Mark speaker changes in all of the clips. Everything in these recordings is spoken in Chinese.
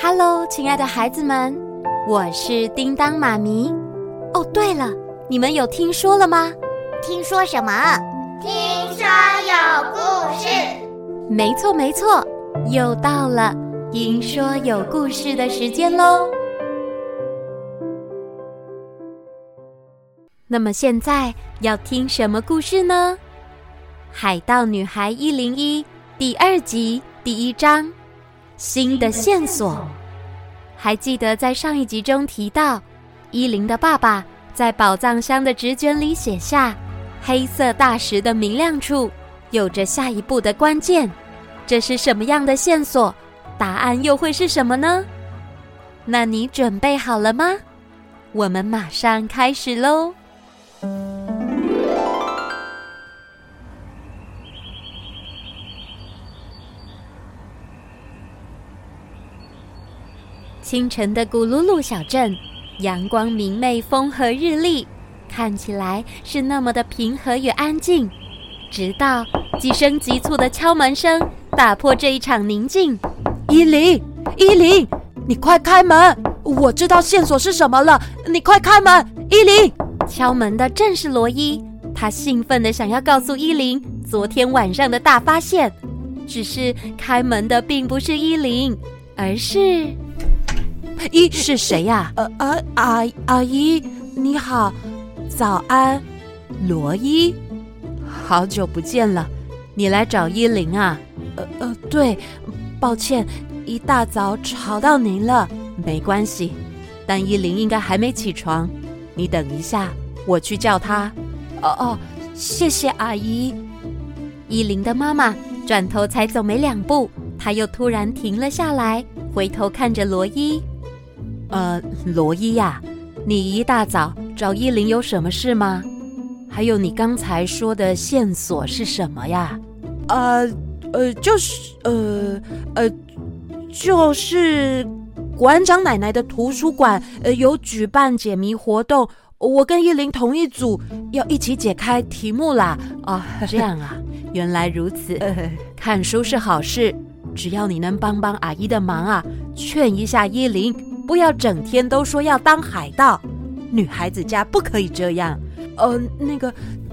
Speaker 1: Hello，亲爱的孩子们，我是叮当妈咪。哦，对了，你们有听说了吗？
Speaker 2: 听说什么？
Speaker 3: 听说有故事。
Speaker 1: 没错，没错，又到了听说有故事的时间喽。那么现在要听什么故事呢？《海盗女孩一零一》第二集第一章，新的线索。还记得在上一集中提到，依林的爸爸在宝藏箱的纸卷里写下，黑色大石的明亮处有着下一步的关键。这是什么样的线索？答案又会是什么呢？那你准备好了吗？我们马上开始喽！清晨的咕噜噜小镇，阳光明媚，风和日丽，看起来是那么的平和与安静。直到几声急促的敲门声打破这一场宁静。
Speaker 4: 依林，依林，你快开门！我知道线索是什么了，你快开门！依林，
Speaker 1: 敲门的正是罗伊，他兴奋的想要告诉依林昨天晚上的大发现。只是开门的并不是依林，而是。
Speaker 4: 一是谁呀、
Speaker 5: 啊？呃呃，阿阿姨，你好，早安，
Speaker 4: 罗伊，好久不见了，你来找依林啊？
Speaker 5: 呃呃，对，抱歉，一大早吵到您了。
Speaker 4: 没关系，但依林应该还没起床，你等一下，我去叫她。
Speaker 5: 哦哦，谢谢阿姨。
Speaker 1: 依林的妈妈转头才走没两步，她又突然停了下来，回头看着罗伊。
Speaker 4: 呃，罗伊呀、啊，你一大早找依林有什么事吗？还有你刚才说的线索是什么呀？
Speaker 5: 呃，呃，就是呃呃，就是馆长奶奶的图书馆呃有举办解谜活动，我跟依林同一组，要一起解开题目啦。呃
Speaker 4: 啊、哦，这样 啊，原来如此。看书是好事，只要你能帮帮阿姨的忙啊，劝一下依林。不要整天都说要当海盗，女孩子家不可以这样。
Speaker 5: 呃，那个，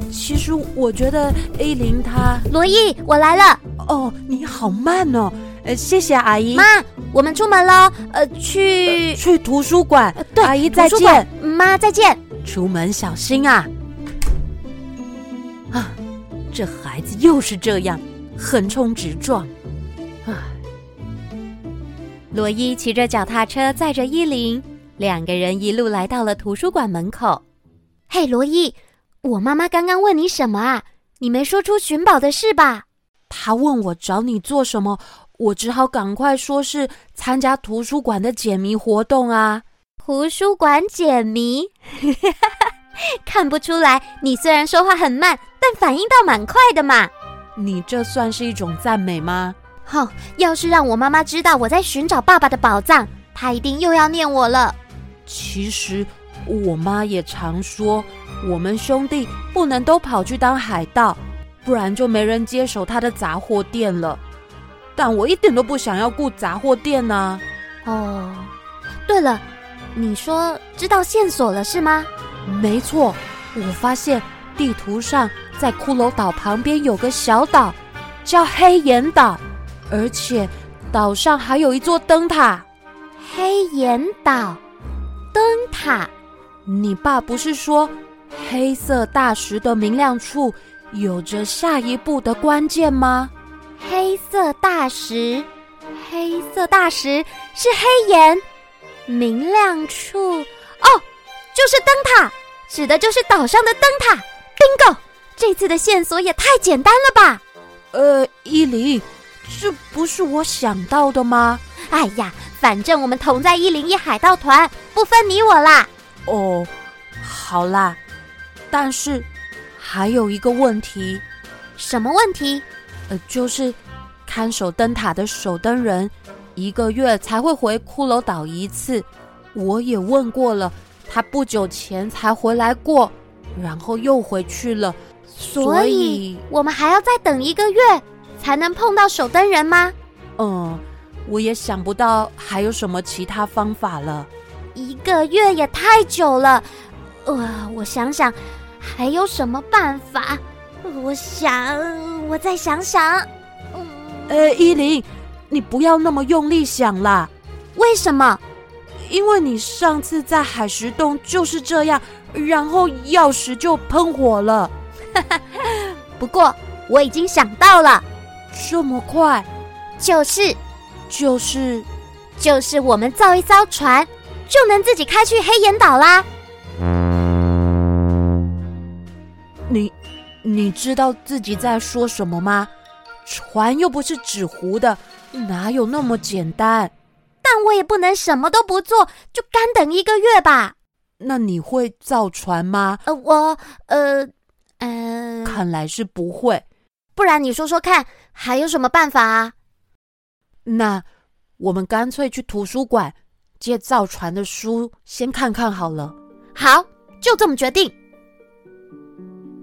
Speaker 5: 其实我觉得 A 零她
Speaker 2: 罗伊，我来了。
Speaker 5: 哦，你好慢哦。呃，谢谢阿姨。
Speaker 2: 妈，我们出门喽。呃，去、
Speaker 5: 呃、去图书馆。
Speaker 2: 呃、对，
Speaker 5: 阿姨再见。
Speaker 2: 妈再见。
Speaker 4: 出门小心啊！啊，这孩子又是这样，横冲直撞。啊。
Speaker 1: 罗伊骑着脚踏车载着依林，两个人一路来到了图书馆门口。
Speaker 2: 嘿，罗伊，我妈妈刚刚问你什么啊？你没说出寻宝的事吧？
Speaker 5: 她问我找你做什么，我只好赶快说是参加图书馆的解谜活动啊。
Speaker 2: 图书馆解谜， 看不出来，你虽然说话很慢，但反应倒蛮快的嘛。
Speaker 5: 你这算是一种赞美吗？
Speaker 2: 哼、哦，要是让我妈妈知道我在寻找爸爸的宝藏，她一定又要念我了。
Speaker 5: 其实我妈也常说，我们兄弟不能都跑去当海盗，不然就没人接手她的杂货店了。但我一点都不想要雇杂货店呢、
Speaker 2: 啊。哦，对了，你说知道线索了是吗？
Speaker 5: 没错，我发现地图上在骷髅岛旁边有个小岛，叫黑岩岛。而且，岛上还有一座灯塔，
Speaker 2: 黑岩岛灯塔。
Speaker 5: 你爸不是说，黑色大石的明亮处有着下一步的关键吗？
Speaker 2: 黑色大石，黑色大石是黑岩，明亮处哦，就是灯塔，指的就是岛上的灯塔。bingo，这次的线索也太简单了吧？
Speaker 5: 呃，依林。这不是我想到的吗？
Speaker 2: 哎呀，反正我们同在一零一海盗团，不分你我啦。
Speaker 5: 哦，好啦，但是还有一个问题，
Speaker 2: 什么问题？
Speaker 5: 呃，就是看守灯塔的守灯人一个月才会回骷髅岛一次，我也问过了，他不久前才回来过，然后又回去了，
Speaker 2: 所以我们还要再等一个月。才能碰到守灯人吗？
Speaker 5: 嗯，我也想不到还有什么其他方法了。
Speaker 2: 一个月也太久了。呃，我想想，还有什么办法？我想，我再想想。
Speaker 5: 呃，依琳，你不要那么用力想啦，
Speaker 2: 为什么？
Speaker 5: 因为你上次在海石洞就是这样，然后钥匙就喷火了。
Speaker 2: 不过我已经想到了，
Speaker 5: 这么快，
Speaker 2: 就是
Speaker 5: 就是
Speaker 2: 就是我们造一艘船，就能自己开去黑岩岛啦。
Speaker 5: 你你知道自己在说什么吗？船又不是纸糊的，哪有那么简单？
Speaker 2: 但我也不能什么都不做，就干等一个月吧。
Speaker 5: 那你会造船吗？
Speaker 2: 呃，我呃嗯、呃，
Speaker 5: 看来是不会。
Speaker 2: 不然你说说看，还有什么办法啊？
Speaker 5: 那我们干脆去图书馆借造船的书先看看好了。
Speaker 2: 好，就这么决定。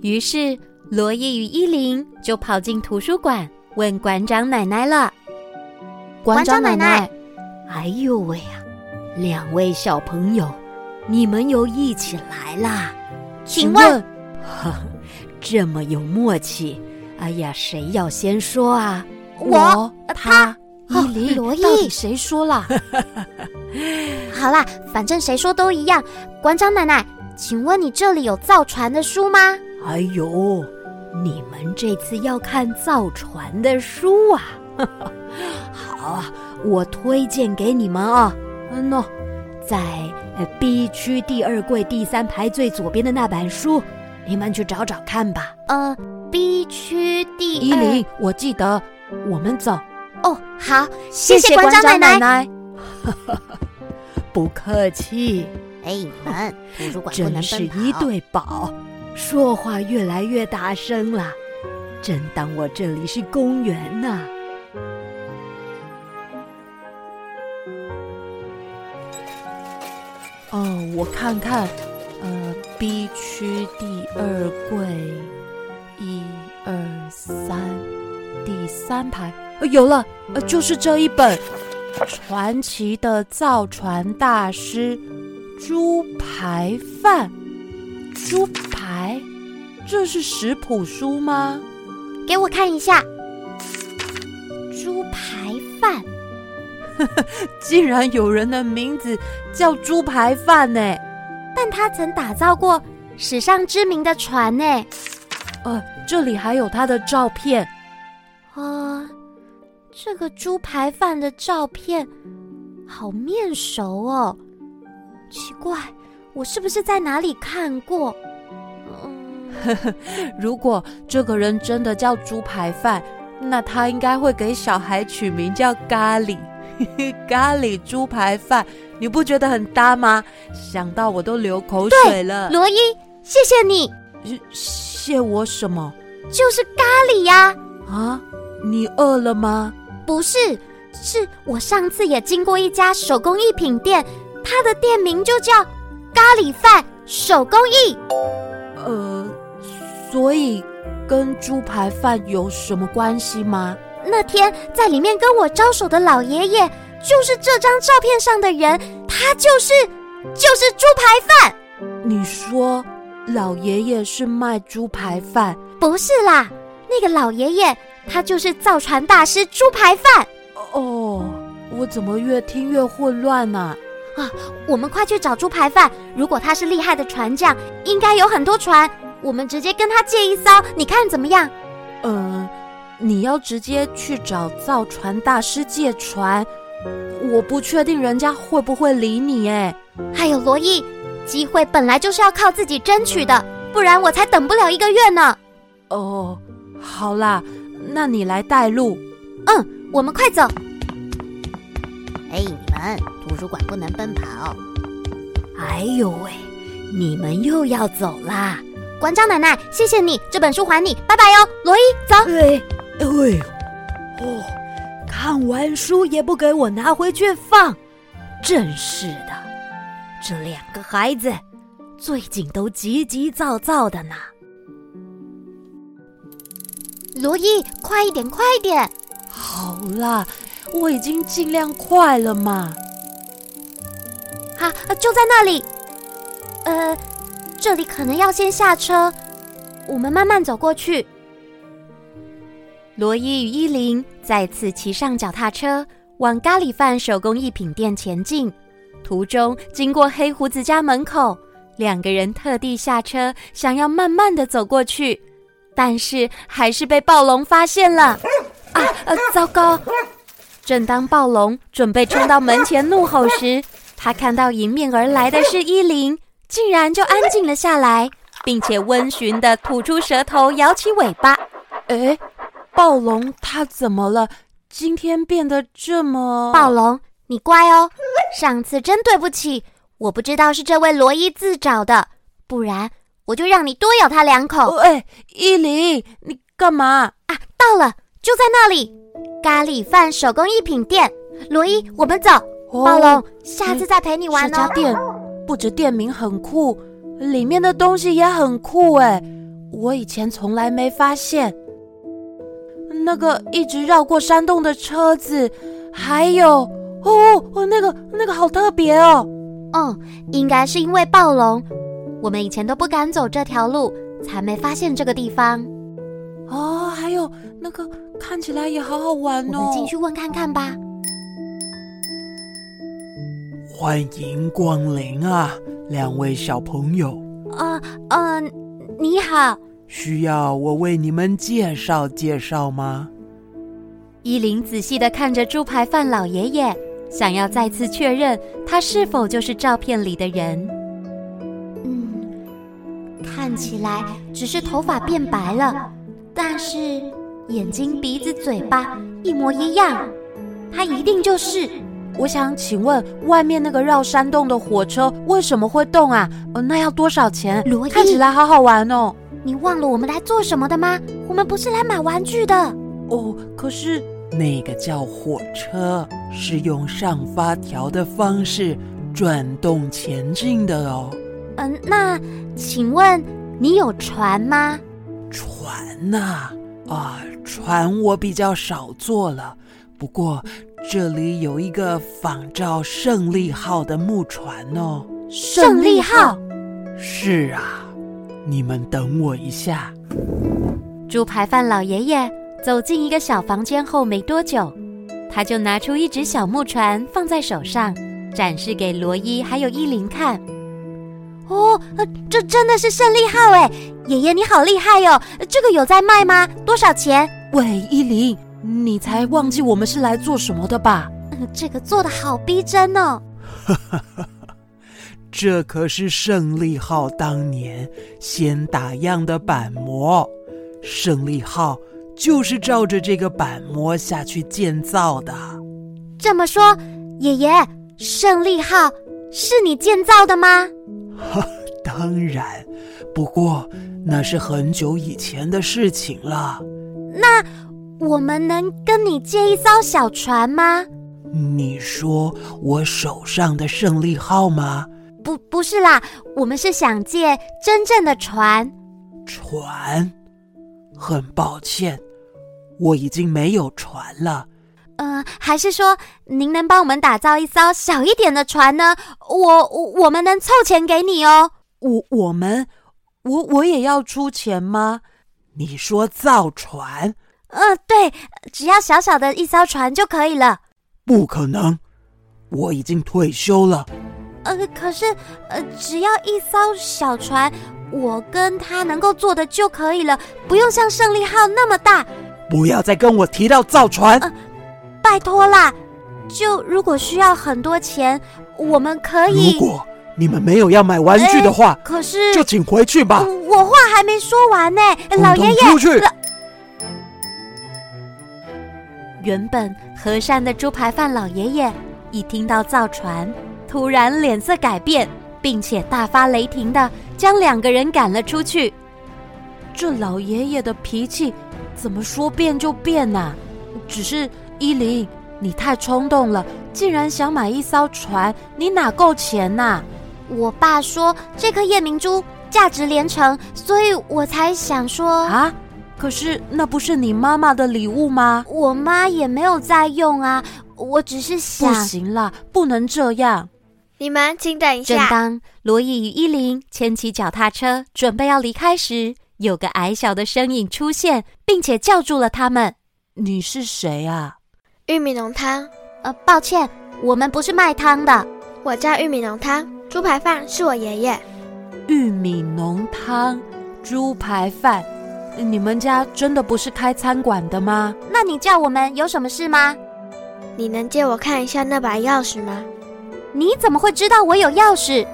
Speaker 1: 于是罗伊与依琳就跑进图书馆，问馆长奶奶了。
Speaker 2: 馆长奶奶，
Speaker 6: 哎呦喂呀、啊，两位小朋友，你们又一起来啦？
Speaker 2: 请问，
Speaker 6: 呵， 这么有默契？哎呀，谁要先说啊？
Speaker 5: 我、
Speaker 2: 他、哦
Speaker 5: 依琳、
Speaker 2: 罗
Speaker 5: 到底谁说啦？
Speaker 2: 好啦，反正谁说都一样。馆长奶奶，请问你这里有造船的书吗？
Speaker 6: 哎呦，你们这次要看造船的书啊？ 好啊，我推荐给你们啊。嗯喏，在 B 区第二柜第三排最左边的那本书，你们去找找看吧。
Speaker 2: 呃，B 区第
Speaker 5: 依琳，我记得，我们走。
Speaker 2: 哦，好，谢谢馆长奶奶。
Speaker 6: 不客气。
Speaker 2: 哎，你们图书馆
Speaker 6: 真是一对宝，说话越来越大声了，真当我这里是公园呢、啊。
Speaker 5: 哦，我看看，呃，B 区第二柜，一二三，第三排，呃，有了，呃，就是这一本《传奇的造船大师》。猪排饭，猪排，这是食谱书吗？
Speaker 2: 给我看一下，猪排饭，
Speaker 5: 竟然有人的名字叫猪排饭呢！
Speaker 2: 但他曾打造过史上知名的船呢。
Speaker 5: 呃，这里还有他的照片。
Speaker 2: 啊、呃，这个猪排饭的照片好面熟哦。奇怪，我是不是在哪里看过？
Speaker 5: 嗯，如果这个人真的叫猪排饭，那他应该会给小孩取名叫咖喱， 咖喱猪排饭，你不觉得很搭吗？想到我都流口水了。
Speaker 2: 罗伊，谢谢你。
Speaker 5: 谢我什么？
Speaker 2: 就是咖喱呀、
Speaker 5: 啊。啊，你饿了吗？
Speaker 2: 不是，是我上次也经过一家手工艺品店。它的店名就叫“咖喱饭手工艺”，
Speaker 5: 呃，所以跟猪排饭有什么关系吗？
Speaker 2: 那天在里面跟我招手的老爷爷，就是这张照片上的人，他就是就是猪排饭。
Speaker 5: 你说老爷爷是卖猪排饭？
Speaker 2: 不是啦，那个老爷爷他就是造船大师猪排饭。
Speaker 5: 哦，我怎么越听越混乱呢、啊？
Speaker 2: 啊，我们快去找猪排饭！如果他是厉害的船匠，应该有很多船。我们直接跟他借一艘，你看怎么样？
Speaker 5: 呃，你要直接去找造船大师借船，我不确定人家会不会理你哎。
Speaker 2: 还有罗伊，机会本来就是要靠自己争取的，不然我才等不了一个月呢。
Speaker 5: 哦，好啦，那你来带路。
Speaker 2: 嗯，我们快走。
Speaker 7: 哎，你们图书馆不能奔跑！
Speaker 6: 哎呦喂，你们又要走啦！
Speaker 2: 馆长奶奶，谢谢你，这本书还你，拜拜哟、哦，罗伊，走。
Speaker 6: 哎，哎呦，哦，看完书也不给我拿回去放，真是的，这两个孩子最近都急急躁躁的呢。
Speaker 2: 罗伊，快一点，快一点！
Speaker 5: 好啦。我已经尽量快了嘛。
Speaker 2: 啊，就在那里。呃，这里可能要先下车，我们慢慢走过去。
Speaker 1: 罗伊与伊琳再次骑上脚踏车，往咖喱饭手工艺品店前进。途中经过黑胡子家门口，两个人特地下车，想要慢慢的走过去，但是还是被暴龙发现了。啊，呃，糟糕！正当暴龙准备冲到门前怒吼时，他看到迎面而来的是伊琳，竟然就安静了下来，并且温驯的吐出舌头，摇起尾巴。
Speaker 5: 哎，暴龙它怎么了？今天变得这么……
Speaker 2: 暴龙，你乖哦。上次真对不起，我不知道是这位罗伊自找的，不然我就让你多咬他两口。
Speaker 5: 哎、哦，伊琳，你干嘛
Speaker 2: 啊？到了，就在那里，咖喱饭手工艺品店。罗伊，我们走。哦、暴龙，下次再陪你玩哦。
Speaker 5: 这家店不止店名很酷，里面的东西也很酷哎，我以前从来没发现。那个一直绕过山洞的车子，还有。哦哦，那个那个好特别哦！
Speaker 2: 嗯，应该是因为暴龙，我们以前都不敢走这条路，才没发现这个地方。
Speaker 5: 哦，还有那个看起来也好好玩
Speaker 2: 哦，我们进去问看看吧。
Speaker 8: 欢迎光临啊，两位小朋友。
Speaker 2: 啊啊、呃呃，你好。
Speaker 8: 需要我为你们介绍介绍吗？
Speaker 1: 伊琳仔细的看着猪排饭老爷爷。想要再次确认他是否就是照片里的人。
Speaker 2: 嗯，看起来只是头发变白了，但是眼睛、鼻子、嘴巴一模一样，他一定就是。
Speaker 5: 我想请问，外面那个绕山洞的火车为什么会动啊？哦，那要多少钱？
Speaker 2: 罗伊，
Speaker 5: 看起来好好玩哦。
Speaker 2: 你忘了我们来做什么的吗？我们不是来买玩具的。
Speaker 5: 哦，可是。
Speaker 8: 那个叫火车，是用上发条的方式转动前进的哦。
Speaker 2: 嗯、呃，那请问你有船吗？
Speaker 8: 船呐、啊，啊，船我比较少坐了。不过这里有一个仿照胜利号的木船哦。
Speaker 2: 胜利号？
Speaker 8: 是啊，你们等我一下。
Speaker 1: 猪排饭老爷爷。走进一个小房间后没多久，他就拿出一只小木船放在手上，展示给罗伊还有伊琳看。
Speaker 2: 哦，这真的是胜利号哎！爷爷你好厉害哟、哦！这个有在卖吗？多少钱？
Speaker 5: 喂，伊琳，你才忘记我们是来做什么的吧？
Speaker 2: 嗯、这个做的好逼真哦！
Speaker 8: 哈哈哈！这可是胜利号当年先打样的板模，胜利号。就是照着这个板模下去建造的。
Speaker 2: 这么说，爷爷，胜利号是你建造的吗？
Speaker 8: 哈，当然，不过那是很久以前的事情了。
Speaker 2: 那我们能跟你借一艘小船吗？
Speaker 8: 你说我手上的胜利号吗？
Speaker 2: 不，不是啦，我们是想借真正的船。
Speaker 8: 船。很抱歉，我已经没有船了。
Speaker 2: 呃，还是说您能帮我们打造一艘小一点的船呢？我我们能凑钱给你哦。
Speaker 5: 我我们我我也要出钱吗？
Speaker 8: 你说造船？
Speaker 2: 呃，对，只要小小的一艘船就可以了。
Speaker 8: 不可能，我已经退休了。
Speaker 2: 呃，可是呃，只要一艘小船。我跟他能够做的就可以了，不用像胜利号那么大。
Speaker 8: 不要再跟我提到造船，呃、
Speaker 2: 拜托啦！就如果需要很多钱，我们可以。
Speaker 8: 如果你们没有要买玩具的话，
Speaker 2: 可是
Speaker 8: 就请回去吧、
Speaker 5: 啊
Speaker 8: 呃。
Speaker 2: 我话还没说完呢，老爷爷。
Speaker 8: 出去。
Speaker 1: 原本和善的猪排饭老爷爷，一听到造船，突然脸色改变。并且大发雷霆的将两个人赶了出去。
Speaker 5: 这老爷爷的脾气怎么说变就变呐、啊？只是依琳，你太冲动了，竟然想买一艘船，你哪够钱呐、啊？
Speaker 2: 我爸说这颗夜明珠价值连城，所以我才想说
Speaker 5: 啊。可是那不是你妈妈的礼物吗？
Speaker 9: 我妈也没有在用啊，我只是想
Speaker 5: 不行啦，不能这样。
Speaker 3: 你们请等一下。
Speaker 2: 正当罗伊与依琳牵起脚踏车准备要离开时，有个矮小的身影出现，并且叫住了他们。
Speaker 5: 你是谁啊？
Speaker 3: 玉米浓汤。
Speaker 9: 呃，抱歉，我们不是卖汤的。
Speaker 3: 我叫玉米浓汤，猪排饭是我爷爷。
Speaker 5: 玉米浓汤，猪排饭，你们家真的不是开餐馆的吗？
Speaker 9: 那你叫我们有什么事吗？
Speaker 3: 你能借我看一下那把钥匙吗？
Speaker 9: 你怎么会知道我有钥匙？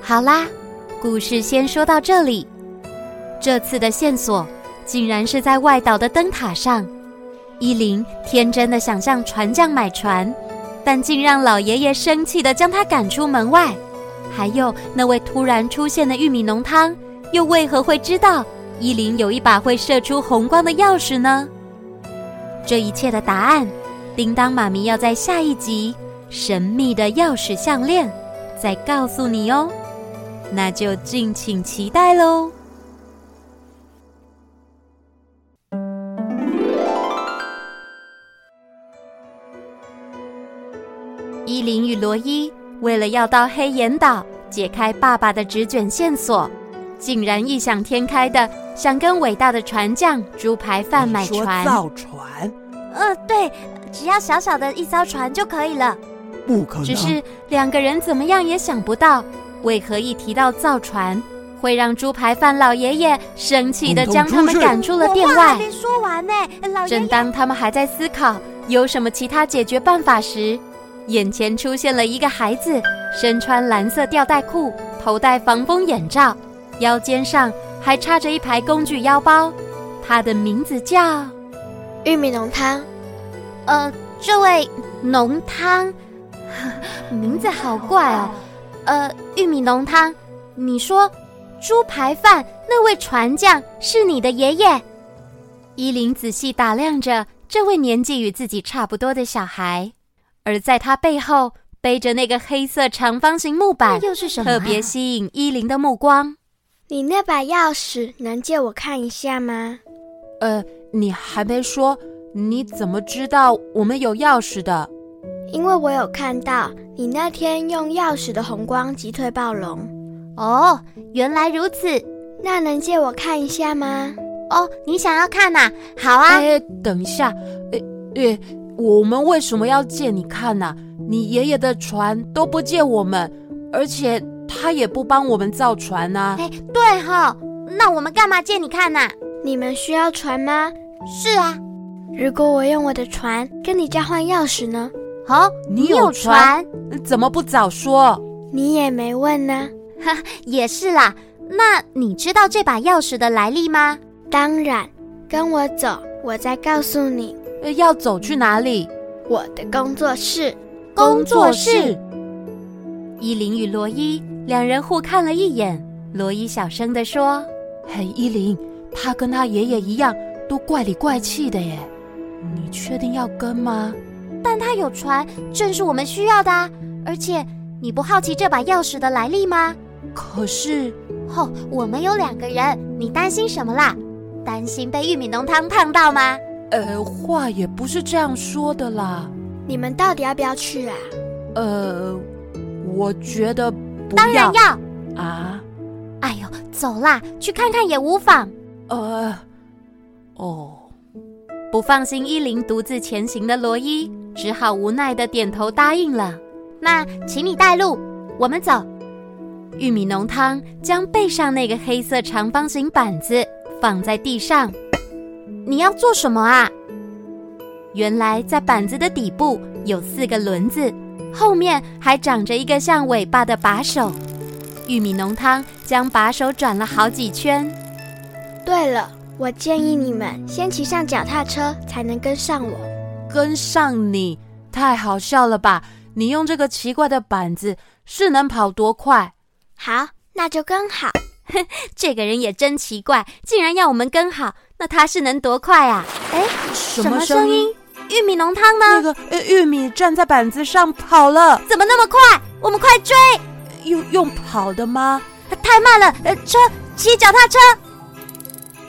Speaker 2: 好啦，故事先说到这里。这次的线索竟然是在外岛的灯塔上。依琳天真的想向船匠买船，但竟让老爷爷生气的将他赶出门外。还有那位突然出现的玉米浓汤，又为何会知道依琳有一把会射出红光的钥匙呢？这一切的答案，叮当妈咪要在下一集《神秘的钥匙项链》再告诉你哦，那就敬请期待喽。伊琳与罗伊为了要到黑岩岛解开爸爸的纸卷线索，竟然异想天开的想跟伟大的船匠猪排饭买船。
Speaker 8: 造船？
Speaker 9: 呃，对，只要小小的一艘船就可以了。
Speaker 8: 不可能！
Speaker 2: 只是两个人怎么样也想不到，为何一提到造船，会让猪排饭老爷爷生气的将他们赶出了店外。
Speaker 9: 还没说完呢，老爷爷。
Speaker 2: 正当他们还在思考有什么其他解决办法时，眼前出现了一个孩子，身穿蓝色吊带裤，头戴防风眼罩，腰间上还插着一排工具腰包。他的名字叫
Speaker 3: 玉米浓汤。
Speaker 9: 呃，这位浓汤 名字好怪哦。呃，玉米浓汤，你说猪排饭那位船匠是你的爷爷？
Speaker 2: 依琳仔细打量着这位年纪与自己差不多的小孩。而在他背后背着那个黑色长方形木板，
Speaker 9: 又是哎什
Speaker 2: 么、啊？特别吸引依琳的目光。
Speaker 3: 你那把钥匙能借我看一下吗？
Speaker 5: 呃，你还没说，你怎么知道我们有钥匙的？
Speaker 3: 因为我有看到你那天用钥匙的红光击退暴龙。
Speaker 9: 哦，原来如此。
Speaker 3: 那能借我看一下吗？
Speaker 9: 哦，你想要看呐、啊？好啊。
Speaker 5: 哎，等一下，哎哎。我们为什么要借你看呢、啊？你爷爷的船都不借我们，而且他也不帮我们造船啊！
Speaker 9: 哎，对哈、哦，那我们干嘛借你看呢、啊？
Speaker 3: 你们需要船吗？
Speaker 9: 是啊，
Speaker 3: 如果我用我的船跟你交换钥匙呢？
Speaker 9: 哦，
Speaker 5: 你
Speaker 9: 有
Speaker 5: 船，怎么不早说？
Speaker 3: 你也没问呢、
Speaker 9: 啊。哈， 也是啦。那你知道这把钥匙的来历吗？
Speaker 3: 当然，跟我走，我再告诉你。
Speaker 5: 哎要走去哪里？
Speaker 3: 我的工作室，
Speaker 9: 工作室。
Speaker 2: 依琳与罗伊两人互看了一眼，罗伊小声的说：“
Speaker 5: 嘿，依琳，他跟他爷爷一样，都怪里怪气的耶。你确定要跟吗？
Speaker 9: 但他有船，正是我们需要的、啊。而且，你不好奇这把钥匙的来历吗？
Speaker 5: 可是，
Speaker 9: 哦，我们有两个人，你担心什么啦？担心被玉米浓汤烫到吗？”
Speaker 5: 呃，话也不是这样说的啦。
Speaker 3: 你们到底要不要去啊？
Speaker 5: 呃，我觉得不
Speaker 9: 当然要
Speaker 5: 啊。
Speaker 9: 哎呦，走啦，去看看也无妨。
Speaker 5: 呃，哦，
Speaker 2: 不放心依琳独自前行的罗伊，只好无奈的点头答应了。
Speaker 9: 那请你带路，我们走。
Speaker 2: 玉米浓汤将背上那个黑色长方形板子放在地上。
Speaker 9: 你要做什么啊？
Speaker 2: 原来在板子的底部有四个轮子，后面还长着一个像尾巴的把手。玉米浓汤将把手转了好几圈。
Speaker 3: 对了，我建议你们先骑上脚踏车，才能跟上我。
Speaker 5: 跟上你？太好笑了吧！你用这个奇怪的板子是能跑多快？
Speaker 3: 好，那就跟好。
Speaker 2: 这个人也真奇怪，竟然要我们跟好。那他是能多快啊？
Speaker 9: 哎，
Speaker 5: 什么
Speaker 9: 声音？啊玉米浓汤呢？
Speaker 5: 呃那个玉米站在板子上跑了，
Speaker 9: 怎么那么快？我们快追！
Speaker 5: 用用跑的吗？
Speaker 10: 太慢了，呃，车，骑脚踏车。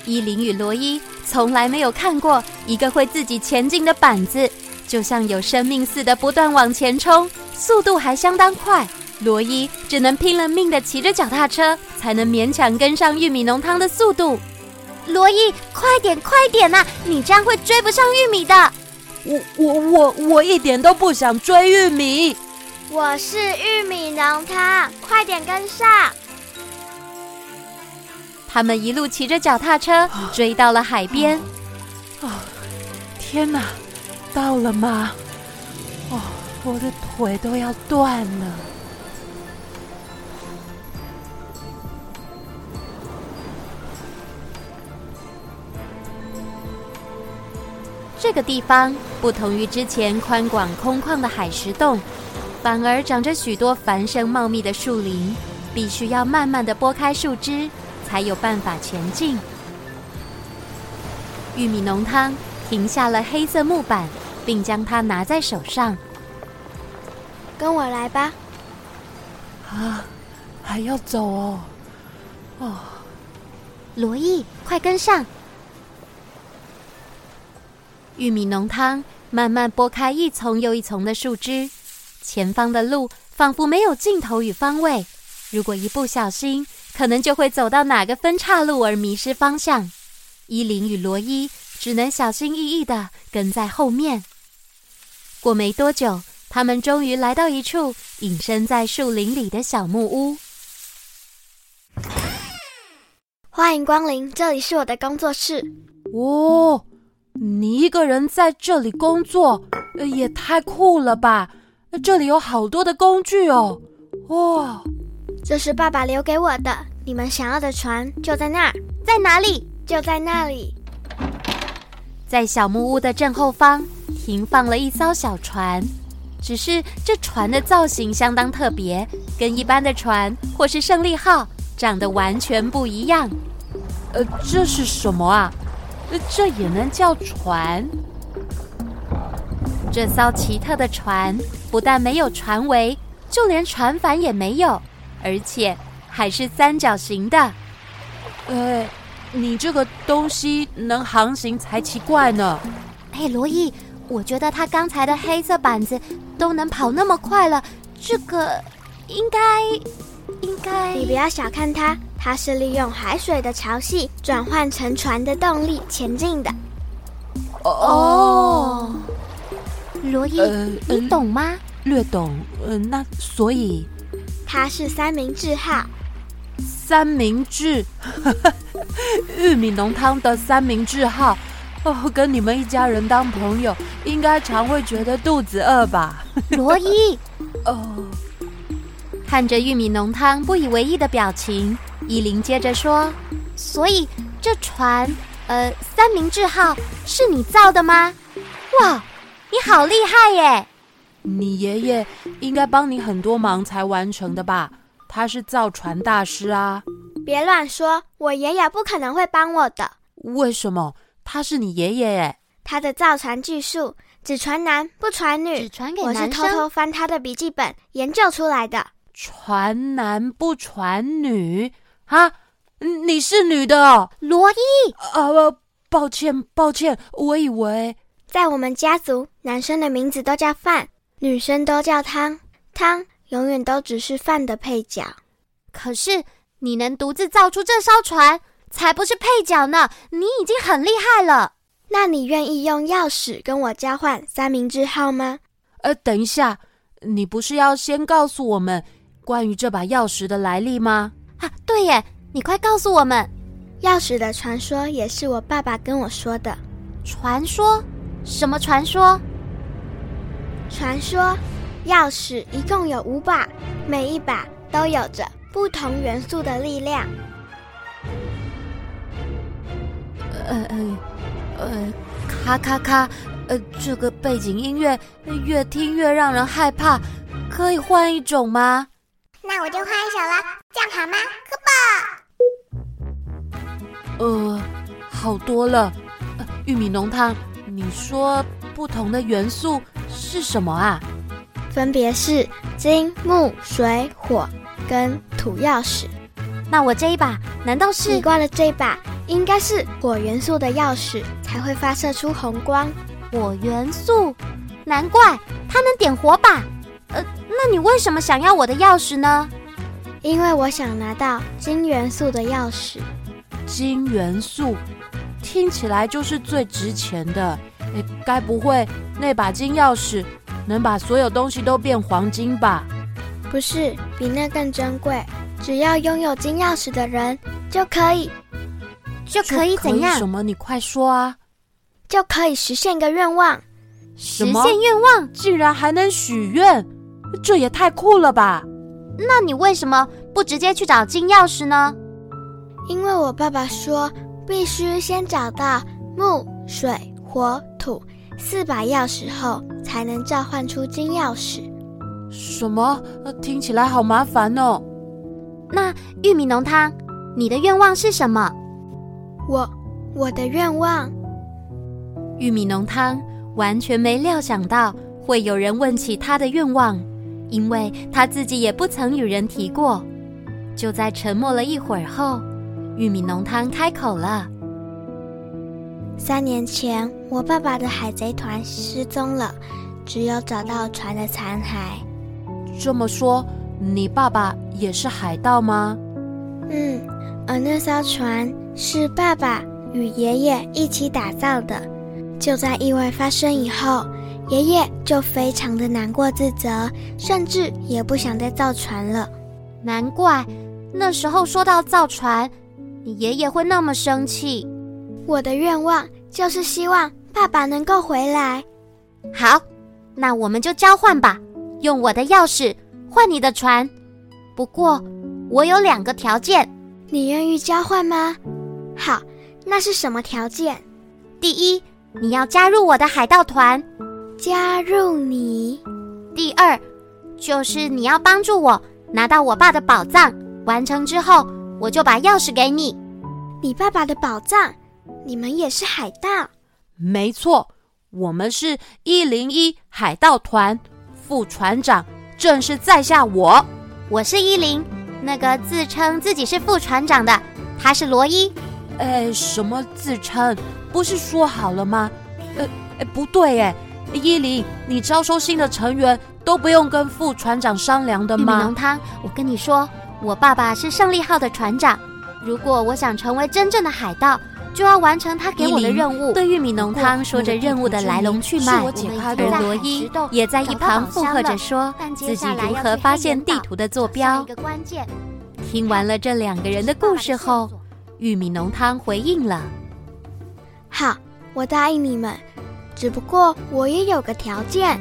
Speaker 2: 伊林与罗伊从来没有看过一个会自己前进的板子，就像有生命似的不断往前冲，速度还相当快。罗伊只能拼了命的骑着脚踏车，才能勉强跟上玉米浓汤的速度。
Speaker 10: 罗伊，快点，快点呐、啊！你这样会追不上玉米的。
Speaker 5: 我我我我一点都不想追玉米。
Speaker 3: 我是玉米浓汤，快点跟上！
Speaker 2: 他们一路骑着脚踏车
Speaker 10: 啊
Speaker 2: 追到了海边。
Speaker 5: 哦，天哪，到了吗？哦，我的腿都要断了。
Speaker 2: 这个地方不同于之前宽广空旷的海石洞，反而长着许多繁盛茂密的树林，必须要慢慢的拨开树枝，才有办法前进。玉米浓汤停下了黑色木板，并将它拿在手上。
Speaker 3: 跟我来吧。
Speaker 5: 啊，还要走哦，哦，
Speaker 10: 罗伊，快跟上！
Speaker 2: 玉米浓汤慢慢拨开一丛又一丛的树枝，前方的路仿佛没有尽头与方位。如果一不小心，可能就会走到哪个分岔路而迷失方向。伊林与罗伊只能小心翼翼的跟在后面。过没多久，他们终于来到一处隐身在树林里的小木屋。
Speaker 3: 欢迎光临，这里是我的工作室。
Speaker 5: 哦。你一个人在这里工作，呃也太酷了吧！呃这里有好多的工具哦，哇、哦！
Speaker 3: 这是爸爸留给我的，你们想要的船就在那儿，
Speaker 10: 在哪里？
Speaker 3: 就在那里。
Speaker 2: 在小木屋的正后方停放了一艘小船，只是这船的造型相当特别，跟一般的船或是胜利号长得完全不一样。
Speaker 5: 呃，这是什么啊？
Speaker 2: 呃
Speaker 5: 这也能叫船？
Speaker 2: 这艘奇特的船不但没有船桅，就连船帆也没有，而且还是三角形的。呃
Speaker 5: 哎，你这个东西能航行才奇怪呢！
Speaker 10: 哎，罗伊，我觉得他刚才的黑色板子都能跑那么快了，这个应该应该……
Speaker 3: 你不要小看它。它是利用海水的潮汐转换成船的动力前进的。
Speaker 5: 哦，嗯
Speaker 10: 罗伊，呃、你懂吗？
Speaker 5: 略懂。呃，那所以
Speaker 3: 它是三明治号。
Speaker 5: 三明治， 玉米浓汤的三明治号。哦，跟你们一家人当朋友，应该常会觉得肚子饿吧？
Speaker 10: 罗 伊。
Speaker 5: 哦，
Speaker 2: 看着玉米浓汤不以为意的表情。伊林接着说：“
Speaker 10: 所以这船，呃，三明治号是你造的吗？哇，你好厉害耶！
Speaker 5: 你爷爷应该帮你很多忙才完成的吧？他是造船大师啊！
Speaker 3: 别乱说，我爷爷不可能会帮我的。
Speaker 5: 为什么？他是你爷爷耶！
Speaker 3: 他的造船技术只传男不传女，
Speaker 10: 只传给
Speaker 3: 哎我是偷偷翻他的笔记本研究出来的。
Speaker 5: 传男不传女。”啊，你是女的哦，
Speaker 10: 罗伊。
Speaker 5: 啊、呃，抱歉，抱歉，我以为
Speaker 3: 在我们家族，男生的名字都叫饭，女生都叫汤，汤永远都只是饭的配角。
Speaker 10: 可是你能独自造出这艘船，才不是配角呢！你已经很厉害了。
Speaker 3: 那你愿意用钥匙跟我交换三明治号吗？
Speaker 5: 呃，等一下，你不是要先告诉我们关于这把钥匙的来历吗？
Speaker 10: 啊，对耶！你快告诉我们，
Speaker 3: 钥匙的传说也是我爸爸跟我说的。
Speaker 10: 传说？什么传说？
Speaker 3: 传说，钥匙一共有五把，每一把都有着不同元素的力量。
Speaker 5: 呃呃呃，咔咔咔！呃，这个背景音乐越听越让人害怕，可以换一种吗？
Speaker 11: 那我就换一首了，这样好吗？科
Speaker 5: 宝。呃，好多了。呃、玉米浓汤，你说不同的元素是什么啊？
Speaker 3: 分别是金、木、水、火跟土钥匙。
Speaker 2: 那我这一把难道是
Speaker 3: 你挂的这一把应该是火元素的钥匙，才会发射出红光。
Speaker 2: 火元素？难怪它能点火把。呃，那你为什么想要我的钥匙呢？
Speaker 3: 因为我想拿到金元素的钥匙。
Speaker 5: 金元素听起来就是最值钱的。诶，该不会那把金钥匙能把所有东西都变黄金吧？
Speaker 3: 不是，比那更珍贵。只要拥有金钥匙的人就可以，
Speaker 2: 就可以怎样？
Speaker 5: 什么？你快说啊！
Speaker 3: 就可以实现一个愿望。
Speaker 5: 实
Speaker 2: 现愿望，
Speaker 5: 竟然还能许愿，这也太酷了吧！
Speaker 2: 那你为什么不直接去找金钥匙呢？
Speaker 3: 因为我爸爸说，必须先找到木、水、火、土四把钥匙后，才能召唤出金钥匙。
Speaker 5: 什么？呃听起来好麻烦哦。
Speaker 2: 那玉米浓汤，你的愿望是什么？
Speaker 3: 我我的愿望，
Speaker 12: 玉米浓汤完全没料想到会有人问起他的愿望，因为他自己也不曾与人提过。就在沉默了一会儿后，玉米浓汤开口了：“
Speaker 3: 三年前，我爸爸的海贼团失踪了，只有找到船的残骸。
Speaker 5: 这么说，你爸爸也是海盗吗？”“
Speaker 3: 嗯，而那艘船是爸爸与爷爷一起打造的。就在意外发生以后，爷爷就非常的难过、自责，甚至也不想再造船了。
Speaker 2: 难怪那时候说到造船。”你爷爷会那么生气？
Speaker 3: 我的愿望就是希望爸爸能够回来。
Speaker 2: 好，那我们就交换吧，用我的钥匙换你的船。不过我有两个条件，
Speaker 3: 你愿意交换吗？好，那是什么条件？
Speaker 2: 第一，你要加入我的海盗团；
Speaker 3: 加入你。
Speaker 2: 第二，就是你要帮助我拿到我爸的宝藏，完成之后。我就把钥匙给你，
Speaker 3: 你爸爸的宝藏。你们也是海盗？
Speaker 5: 没错，我们是一零一海盗团，副船长正是在下我。
Speaker 2: 我是一零，那个自称自己是副船长的，他是罗伊。
Speaker 5: 哎，什么自称？不是说好了吗？呃，哎，不对哎，一零，你招收新的成员都不用跟副船长商量的吗？
Speaker 2: 玉米浓汤，我跟你说。我爸爸是胜利号的船长，如果我想成为真正的海盗，就要完成他给我的任务。
Speaker 12: 对玉米浓汤说着任务的来龙去脉，而罗伊也在一旁附和着说自己如何发现地图的坐标。听完了这两个人的故事后，玉米浓汤回应了：“
Speaker 3: 好，我答应你们，只不过我也有个条件，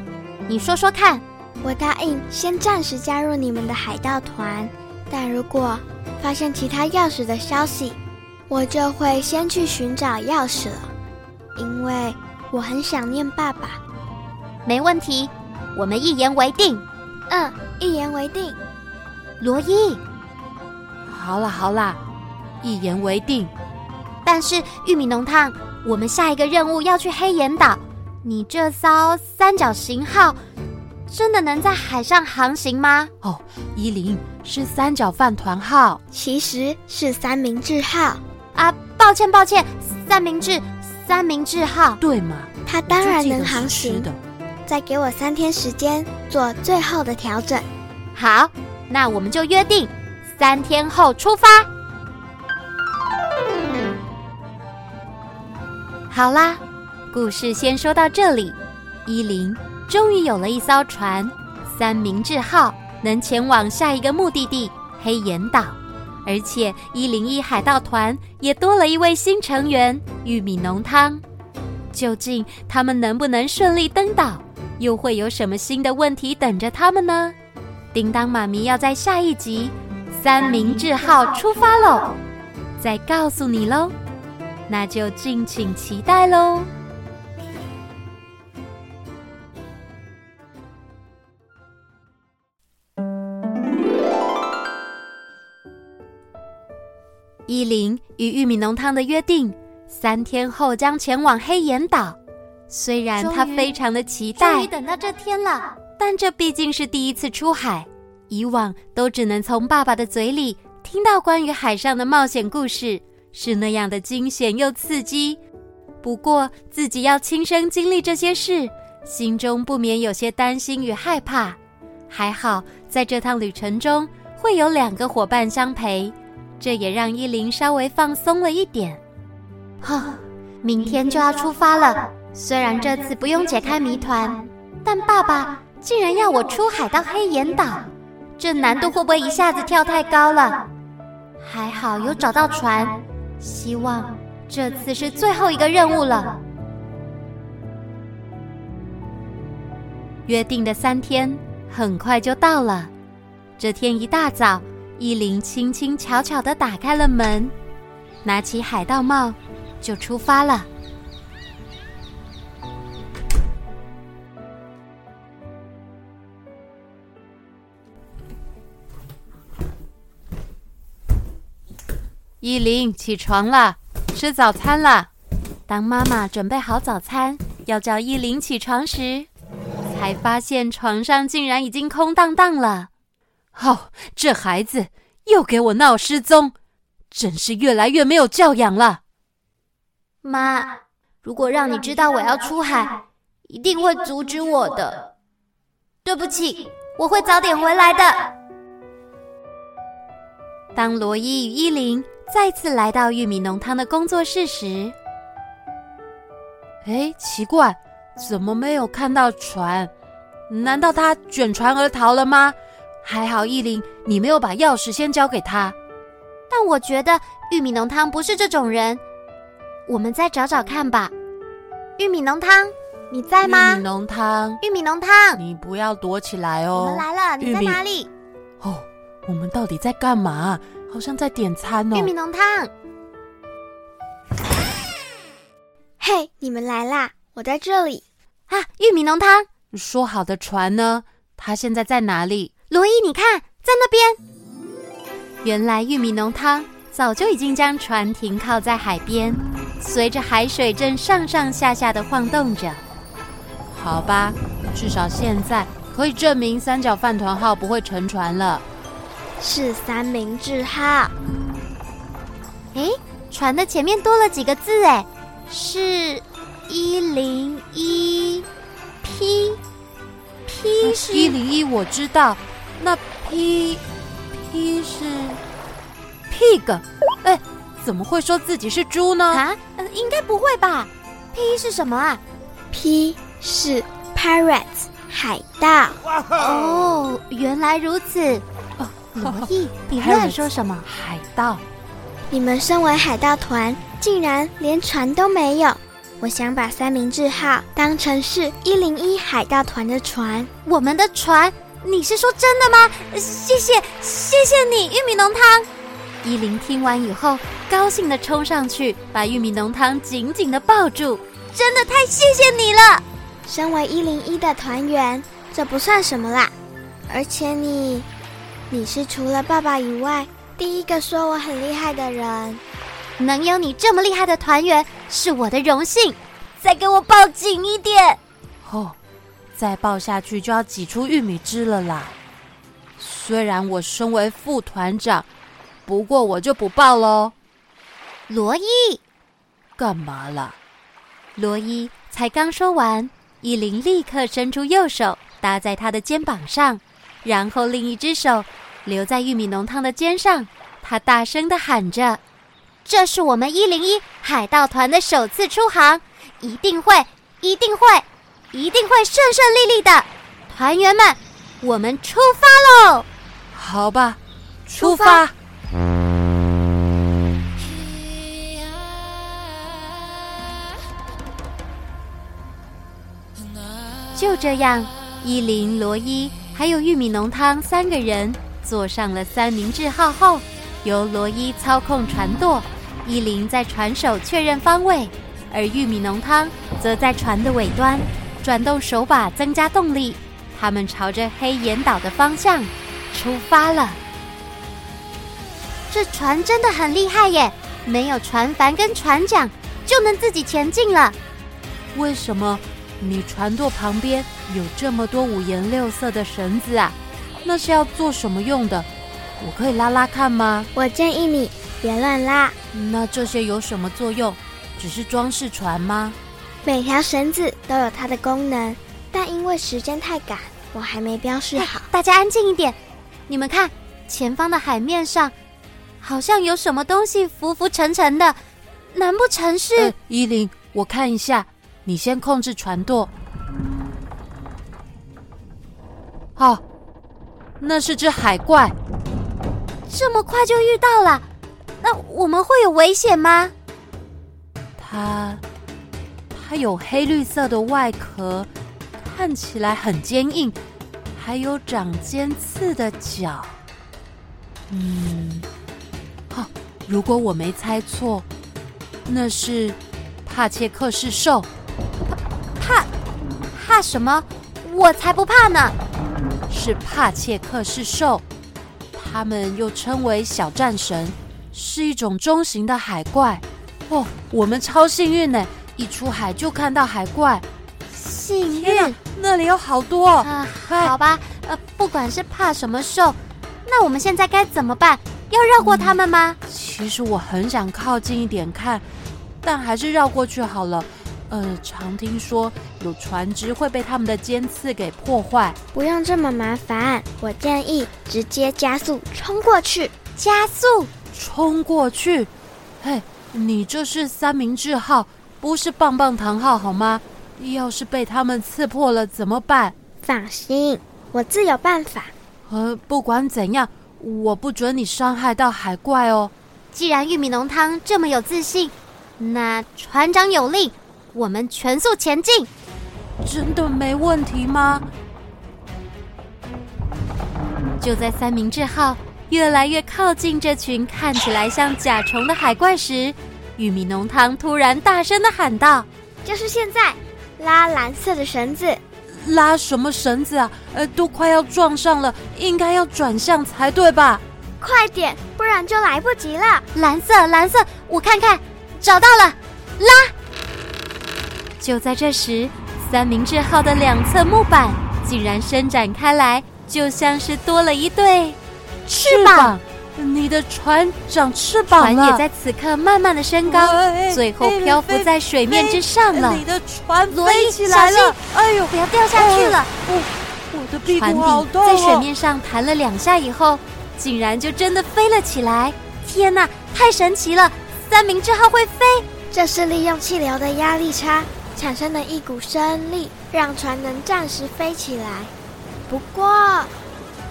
Speaker 2: 你说说看。
Speaker 3: 我答应先暂时加入你们的海盗团。”但如果发现其他钥匙的消息，我就会先去寻找钥匙了，因为我很想念爸爸。
Speaker 2: 没问题，我们一言为定。
Speaker 3: 嗯，一言为定。
Speaker 2: 罗伊，
Speaker 5: 好啦好啦，一言为定。
Speaker 2: 但是玉米浓汤，我们下一个任务要去黑岩岛，你这艘三角形号。真的能在海上航行吗？
Speaker 5: 哦，伊林是三角饭团号，
Speaker 3: 其实是三明治号
Speaker 2: 啊！抱歉抱歉，三明治三明治号，
Speaker 5: 对吗？
Speaker 3: 它当然能航行
Speaker 5: 的。
Speaker 3: 再给我三天时间做最后的调整。
Speaker 2: 好，那我们就约定三天后出发。嗯、
Speaker 12: 好啦，故事先说到这里，伊林。终于有了一艘船“三明治号”，能前往下一个目的地黑岩岛，而且一零一海盗团也多了一位新成员——玉米浓汤。究竟他们能不能顺利登岛？又会有什么新的问题等着他们呢？叮当妈咪要在下一集“三明治号”出发喽，再告诉你喽，那就敬请期待喽。伊林与玉米浓汤的约定，三天后将前往黑岩岛。虽然他非常的期待，
Speaker 2: 终于等到这天了，
Speaker 12: 但这毕竟是第一次出海，
Speaker 1: 以往都只能从爸爸的嘴里听到关于海上的冒险故事，是那样的惊险又刺激。不过自己要亲身经历这些事，心中不免有些担心与害怕。还好，在这趟旅程中会有两个伙伴相陪，这也让依琳稍微放松了一点。
Speaker 2: 哈，哦明天就要出发了，虽然这次不用解开谜团，但爸爸竟然要我出海到黑岩岛，这难度会不会一下子跳太高了？还好有找到船，希望这次是最后一个任务了。
Speaker 1: 约定的三天。很快就到了。这天一大早，依琳轻轻巧巧的打开了门，拿起海盗帽，就出发了。依琳，起床啦，吃早餐啦！当妈妈准备好早餐，要叫依琳起床时。才发现床上竟然已经空荡荡了。
Speaker 5: 哦，这孩子又给我闹失踪，真是越来越没有教养了。
Speaker 2: 妈，如果让你知道我要出海，一定会阻止我的。对不起，我会早点回来的。
Speaker 1: 当罗伊与依琳再次来到玉米浓汤的工作室时，
Speaker 5: 哎，奇怪。怎么没有看到船？难道他卷船而逃了吗？还好依琳，你没有把钥匙先交给他。
Speaker 2: 但我觉得玉米浓汤不是这种人，我们再找找看吧。玉米浓汤，你在吗？
Speaker 5: 玉米浓汤，
Speaker 2: 玉米浓汤，
Speaker 5: 你不要躲起来哦。
Speaker 2: 我们来了，你在哪里？
Speaker 5: 哦，我们到底在干嘛？好像在点餐哦。
Speaker 2: 玉米浓汤，
Speaker 3: 嘿，你们来啦！我在这里
Speaker 2: 啊！玉米浓汤，
Speaker 5: 说好的船呢？它现在在哪里？
Speaker 2: 罗伊，你看，在那
Speaker 1: 边。原来玉米浓汤早就已经将船停靠在海边，随着海水正上上下下的晃动着。
Speaker 5: 好吧，至少现在可以证明三角饭团号不会沉船了。
Speaker 3: 是三明治号。
Speaker 2: 诶，船的前面多了几个字，诶，是。一零一 P P 是
Speaker 5: 一零一，我知道。那 P P 是 pig，哎，怎么会说自己是猪呢？
Speaker 2: 啊，呃、应该不会吧？P 是什么啊
Speaker 3: ？P 是 pirates 海盗。
Speaker 2: 哦，原来如此。哦，罗毅，你乱说什么？
Speaker 5: 海盗？
Speaker 3: 你们身为海盗团，竟然连船都没有。我想把三明治号当成是一零一海盗团的船，
Speaker 2: 我们的船。你是说真的吗？谢谢，谢谢你，玉米浓汤。
Speaker 1: 依琳听完以后，高兴的冲上去，把玉米浓汤紧紧的抱住。
Speaker 2: 真的太谢谢你了！
Speaker 3: 身为一零一的团员，这不算什么啦。而且你，你是除了爸爸以外第一个说我很厉害的人。
Speaker 2: 能有你这么厉害的团员是我的荣幸，再给我抱紧一点。
Speaker 5: 哦，再抱下去就要挤出玉米汁了啦。虽然我身为副团长，不过我就不抱喽。
Speaker 2: 罗伊，
Speaker 5: 干嘛啦？
Speaker 1: 罗伊才刚说完，依琳立刻伸出右手搭在他的肩膀上，然后另一只手留在玉米浓汤的肩上，他大声的喊着。
Speaker 2: 这是我们一零一海盗团的首次出航，一定会，一定会，一定会顺顺利利的。团员们，我们出发喽！
Speaker 5: 好吧，出发。
Speaker 1: 就这样，依林、罗伊还有玉米浓汤三个人坐上了三明治号后，由罗伊操控船舵。依琳在船首确认方位，而玉米浓汤则在船的尾端转动手把增加动力。他们朝着黑岩岛的方向出发了。
Speaker 2: 这船真的很厉害耶！没有船帆跟船桨，就能自己前进了。
Speaker 5: 为什么你船舵旁边有这么多五颜六色的绳子啊？那是要做什么用的？我可以拉拉看吗？
Speaker 3: 我建议你别乱拉。
Speaker 5: 那这些有什么作用？只是装饰船吗？
Speaker 3: 每条绳子都有它的功能，但因为时间太赶，我还没标示好。
Speaker 2: 大家安静一点，你们看前方的海面上，好像有什么东西浮浮沉沉的，难不成是？
Speaker 5: 呃依琳，我看一下，你先控制船舵。哦，那是只海怪。
Speaker 2: 这么快就遇到了，那我们会有危险吗？
Speaker 5: 它，它有黑绿色的外壳，看起来很坚硬，还有长尖刺的角。嗯，好、如果我没猜错，那是帕切克氏兽。
Speaker 2: 怕什么？我才不怕呢！
Speaker 5: 是帕切克氏兽，它们又称为小战神，是一种中型的海怪。哦，我们超幸运呢，一出海就看到海怪。
Speaker 2: 幸
Speaker 5: 天啊
Speaker 2: 运
Speaker 5: 呀，那里有好多、哦！
Speaker 2: 啊、
Speaker 5: 哎
Speaker 2: 好吧，呃，不管是怕什么兽，那我们现在该怎么办？要绕过他们吗？
Speaker 5: 其实我很想靠近一点看，但还是绕过去好了。呃，常听说有船只会被它们的尖刺给破坏。
Speaker 3: 不用这么麻烦，我建议直接加速冲过去。
Speaker 2: 加速！
Speaker 5: 冲过去！嘿，你这是三明治号，不是棒棒糖号好吗？要是被他们刺破了怎么办？
Speaker 3: 放心，我自有办法。
Speaker 5: 呃，不管怎样，我不准你伤害到海怪哦。
Speaker 2: 既然玉米浓汤这么有自信，那船长有令，我们全速前进。
Speaker 5: 真的没问题吗？
Speaker 1: 就在三明治号越来越靠近这群看起来像甲虫的海怪时，玉米浓汤突然大声的喊道
Speaker 3: 就是现在，拉蓝色的绳子。
Speaker 5: 拉什么绳子啊？呃，都快要撞上了，应该要转向才对吧？
Speaker 3: 快点，不然就来不及了。
Speaker 2: 蓝色，蓝色，我看看，找到了！
Speaker 1: 就在这时，三明治号的两侧木板竟然伸展开来，就像是多了一对
Speaker 5: 翅
Speaker 1: 膀
Speaker 5: 你的船长翅膀啊
Speaker 1: 船，
Speaker 5: 了，
Speaker 1: 也在此刻慢慢的升高，最后漂浮在水面之上了
Speaker 5: 哎。你的船
Speaker 1: 罗伊
Speaker 5: 飞起来
Speaker 1: 小
Speaker 5: 了，哎呦，哎
Speaker 2: 不要掉下去了！
Speaker 5: 我的屁
Speaker 1: 船
Speaker 5: 股
Speaker 1: 底
Speaker 5: 好痛、哦！
Speaker 1: 在水面上弹了两下以后，竟然就真的飞了起来。
Speaker 2: 天哪，太神奇了！三明治号会飞，
Speaker 3: 这是利用气流的压力差产生的一股升力，让船能暂时飞起来。不过，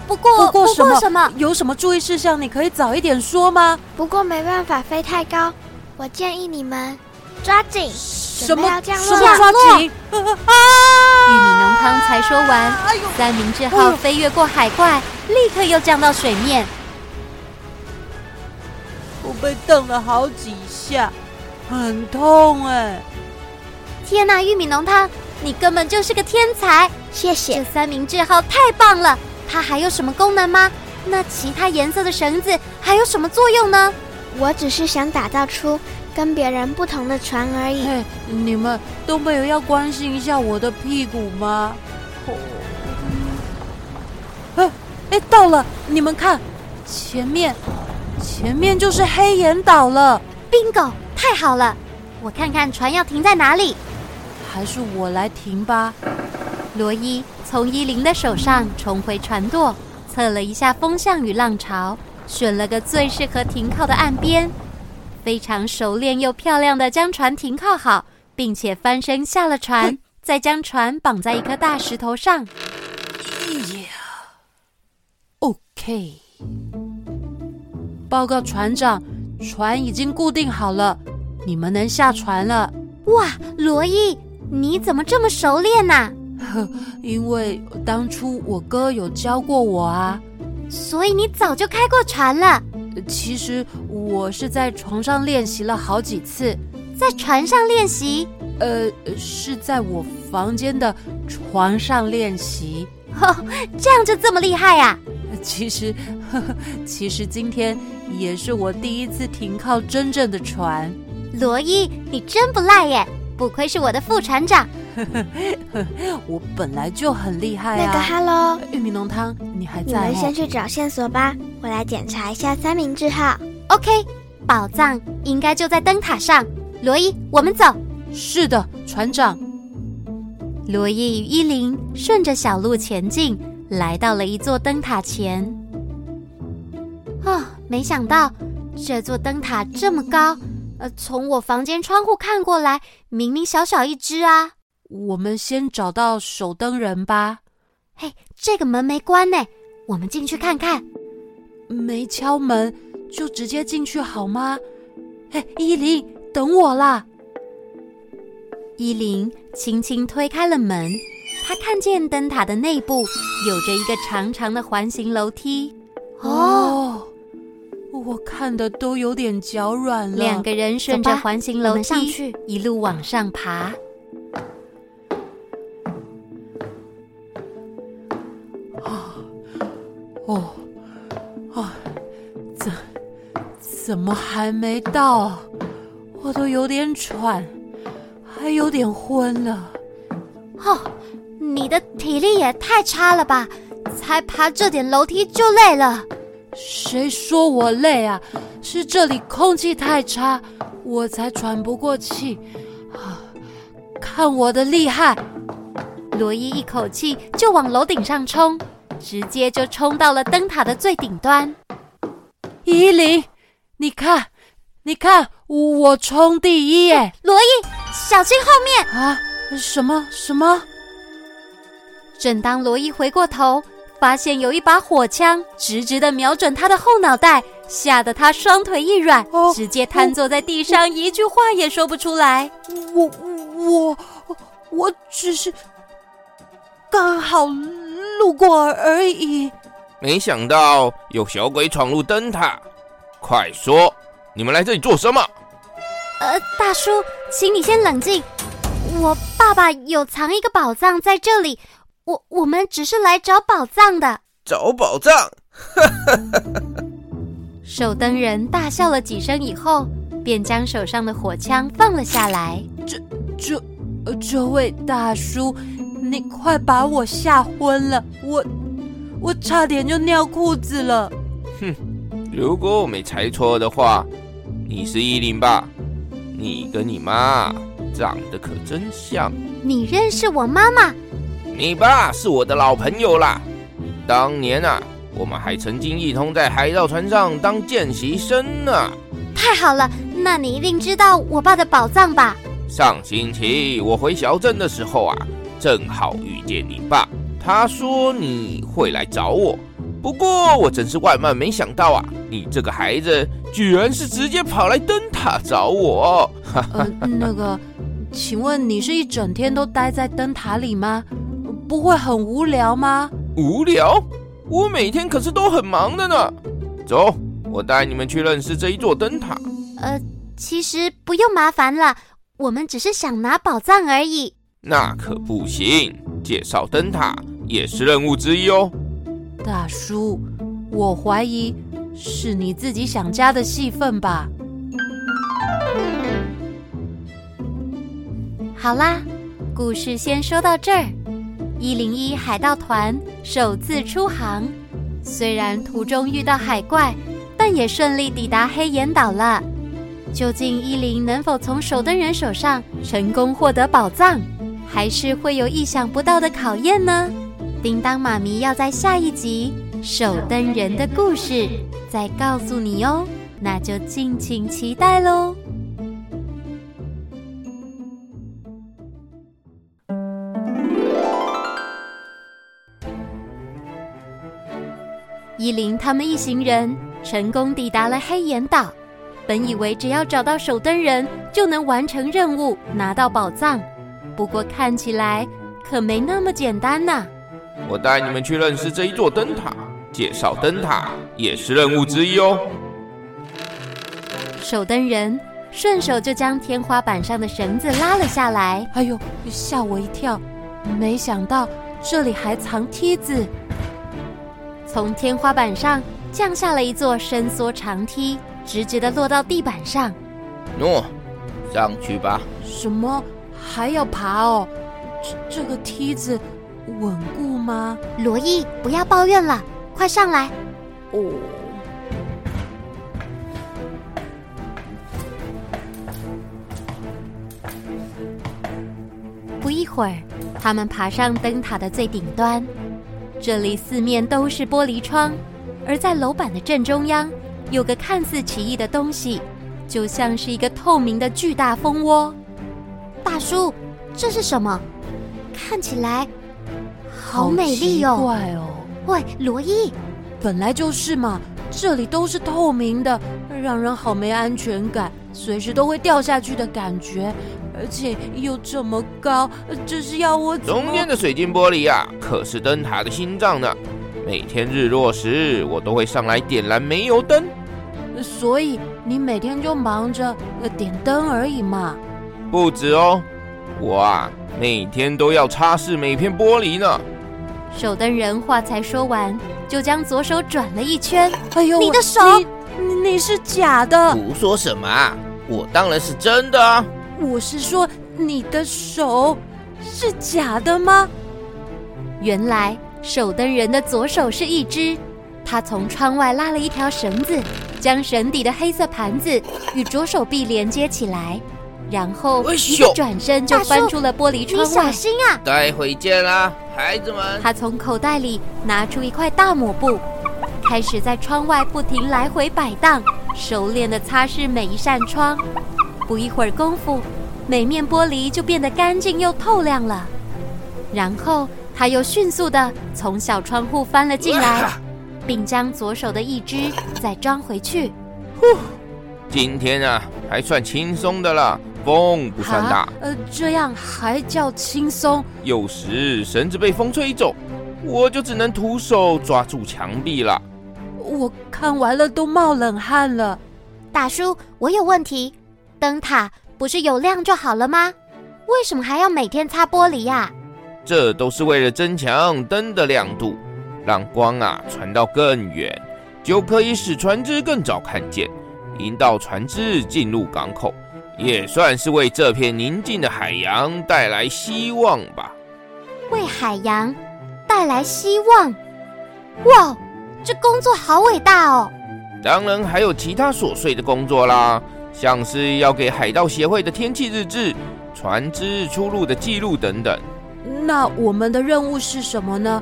Speaker 2: 不过
Speaker 5: 不过什
Speaker 2: 么
Speaker 5: 么？有什么注意事项？你可以早一点说吗？
Speaker 3: 不过没办法飞太高，我建议你们抓紧，
Speaker 5: 什
Speaker 3: 准备
Speaker 5: 么
Speaker 3: 要降
Speaker 5: 什
Speaker 3: 落
Speaker 5: 么
Speaker 3: 了。
Speaker 5: 抓紧？ 啊
Speaker 1: 玉米浓汤才说完，三明治号飞越过海怪，立刻又降到水面。
Speaker 5: 我被瞪了好几下，很痛哎、
Speaker 2: 天哪，玉米浓汤，你根本就是个天才！
Speaker 3: 谢
Speaker 2: 这
Speaker 3: 谢。
Speaker 2: 三明治号太棒了！它还有什么功能吗？那其他颜色的绳子还有什么作用呢？
Speaker 3: 我只是想打造出跟别人不同的船而已。
Speaker 5: 嘿，你们都没有要关心一下我的屁股吗？哦哎哎，到了！你们看，前面，前面就是黑岩岛了。
Speaker 2: bingo，太好了！我看看船要停在哪里。
Speaker 5: 还是我来停吧。
Speaker 1: 罗伊从伊琳的手上重回船舵，测了一下风向与浪潮，选了个最适合停靠的岸边，非常熟练又漂亮的将船停靠好，并且翻身下了船，再将船绑在一颗大石头上。
Speaker 5: OK，报告船长，船已经固定好了，你们能下船了。
Speaker 2: 哇，罗伊，你怎么这么熟练呐、
Speaker 5: 因为当初我哥有教过我啊。
Speaker 2: 所以你早就开过船了，
Speaker 5: 其实我是在床上练习了好几次，
Speaker 2: 在船上练习。
Speaker 5: 呃，是在我房间的床上练习。
Speaker 2: 这样就这么厉害
Speaker 13: 啊
Speaker 2: 呀、
Speaker 5: 其实， 呵呵，其实今天也是我第一次停靠真正的船。
Speaker 2: 罗伊，你真不赖耶！不愧是我的副船长，
Speaker 5: 我本来就很厉害啊！
Speaker 3: 那个，Hello，
Speaker 5: 玉米浓汤，你还
Speaker 3: 你
Speaker 5: 在、哦？
Speaker 3: 们先去找线索吧，我来检查一下三明治号。
Speaker 13: OK，宝藏应该就在灯塔上。罗伊，我们走。
Speaker 5: 是的，船长。
Speaker 2: 罗伊与伊琳顺着小路前进，来到了一座灯塔前。
Speaker 13: 哦，没想到这座灯塔这么高，呃，从我房间窗户看过来，明明小小一只啊。
Speaker 5: 我们先找到守灯人吧。
Speaker 13: 嘿，这个门没关呢，我们进去看看。
Speaker 5: 没敲门就直接进去好吗？嘿，依琳，等我啦！
Speaker 2: 依琳轻轻推开了门，她看见灯塔的内部有着一个长长的环形楼梯。
Speaker 5: 哦，我看的都有点脚软了。
Speaker 2: 两个人顺着环形楼梯
Speaker 13: 上去，
Speaker 2: 一路往上爬。
Speaker 5: 啊，哦，啊，怎怎么还没到？我都有点喘，还有点昏了。
Speaker 13: 哦，你的体力也太差了吧！才爬这点楼梯就累了。
Speaker 5: 谁说我累啊？是这里空气太差，我才喘不过气。啊，看我的厉害！
Speaker 2: 罗伊一口气就往楼顶上冲，直接就冲到了灯塔的最顶端。
Speaker 5: 依琳，你看，你看，我冲第一耶！
Speaker 13: 罗伊，小心后面！
Speaker 5: 啊，什么什么？
Speaker 2: 正当罗伊回过头，发现有一把火枪直直的瞄准他的后脑袋，吓得他双腿一软，哦、直接瘫坐在地上，一句话也说不出来。
Speaker 14: 我我我只是。刚好路过而已。
Speaker 15: 没想到有小鬼闯入灯塔，快说，你们来这里做什么？
Speaker 13: 呃，大叔，请你先冷静。我爸爸有藏一个宝藏在这里，我我们只是来找宝藏的。
Speaker 15: 找宝藏？
Speaker 2: 守灯人大笑了几声以后，便将手上的火枪放了下来。
Speaker 5: 这这，这位大叔。你快把我吓昏了，我我差点就尿裤子了。
Speaker 15: 哼，如果我没猜错的话，你是依琳吧？你跟你妈长得可真像。
Speaker 13: 你认识我妈妈？
Speaker 15: 你爸是我的老朋友啦，当年啊，我们还曾经一同在海盗船上当见习生呢、啊。
Speaker 13: 太好了，那你一定知道我爸的宝藏吧？
Speaker 15: 上星期我回小镇的时候啊。正好遇见你爸，他说你会来找我，不过我真是万万没想到啊！你这个孩子居然是直接跑来灯塔找我。
Speaker 5: 呃，那个，请问你是一整天都待在灯塔里吗？不会很无聊吗？
Speaker 15: 无聊？我每天可是都很忙的呢。走，我带你们去认识这一座灯塔。
Speaker 13: 呃，其实不用麻烦了，我们只是想拿宝藏而已。
Speaker 15: 那可不行，介绍灯塔也是任务之一哦。
Speaker 5: 大叔，我怀疑是你自己想加的戏份吧。
Speaker 2: 好啦，故事先说到这儿。一零一海盗团首次出航，虽然途中遇到海怪，但也顺利抵达黑岩岛了。究竟伊琳能否从守灯人手上成功获得宝藏？还是会有意想不到的考验呢。叮当妈咪要在下一集《守灯人的故事》再告诉你哦，那就敬请期待喽。伊琳他们一行人成功抵达了黑岩岛，本以为只要找到守灯人就能完成任务，拿到宝藏。不过看起来可没那么简单呐、啊！
Speaker 15: 我带你们去认识这一座灯塔，介绍灯塔也是任务之一哦。
Speaker 2: 守灯人顺手就将天花板上的绳子拉了下来。
Speaker 5: 哎呦，吓我一跳！没想到这里还藏梯子。
Speaker 2: 从天花板上降下了一座伸缩长梯，直直的落到地板上。
Speaker 15: 诺，上去吧。
Speaker 5: 什么？还要爬哦，这这个梯子稳固吗？
Speaker 3: 罗伊，不要抱怨了，快上来。
Speaker 5: 哦。
Speaker 2: 不一会儿，他们爬上灯塔的最顶端。这里四面都是玻璃窗，而在楼板的正中央，有个看似奇异的东西，就像是一个透明的巨大蜂窝。
Speaker 3: 大叔，这是什么？看起来好美丽
Speaker 5: 哦！怪哦！
Speaker 3: 喂，罗伊，
Speaker 5: 本来就是嘛，这里都是透明的，让人好没安全感，随时都会掉下去的感觉。而且又这么高，这是要我
Speaker 15: 中间的水晶玻璃呀、啊，可是灯塔的心脏呢。每天日落时，我都会上来点燃煤油灯。
Speaker 5: 所以你每天就忙着呃点灯而已嘛？
Speaker 15: 不止哦，我啊每天都要擦拭每片玻璃呢。
Speaker 2: 守灯人话才说完，就将左手转了一圈。
Speaker 5: 哎呦，
Speaker 3: 你的手，
Speaker 5: 你你是假的！
Speaker 15: 胡说什么啊？我当然是真的啊！
Speaker 5: 我是说，你的手是假的吗？
Speaker 2: 原来守灯人的左手是一只，他从窗外拉了一条绳子，将绳底的黑色盘子与左手臂连接起来，然后
Speaker 5: 哎
Speaker 2: 一个转身就翻出了玻璃窗
Speaker 3: 外。你小心啊！
Speaker 15: 待会见啦，孩子们。
Speaker 2: 他从口袋里拿出一块大抹布，开始在窗外不停来回摆荡，熟练的擦拭每一扇窗。不一会儿功夫，每面玻璃就变得干净又透亮了。然后他又迅速的从小窗户翻了进来，并将左手的一只再装回去。
Speaker 15: 呼，今天啊还算轻松的了，风不算大。
Speaker 5: 呃，这样还叫轻松？
Speaker 15: 有时绳子被风吹走，我就只能徒手抓住墙壁了。
Speaker 5: 我看完了都冒冷汗了。
Speaker 3: 大叔，我有问题。灯塔不是有亮就好了吗？为什么还要每天擦玻璃呀、啊？
Speaker 15: 这都是为了增强灯的亮度，让光啊传到更远，就可以使船只更早看见，引导船只进入港口，也算是为这片宁静的海洋带来希望吧。
Speaker 3: 为海洋带来希望，哇，哦这工作好伟大哦！
Speaker 15: 当然还有其他琐碎的工作啦。像是要给海盗协会的天气日志、船只出入的记录等等。
Speaker 5: 那我们的任务是什么呢？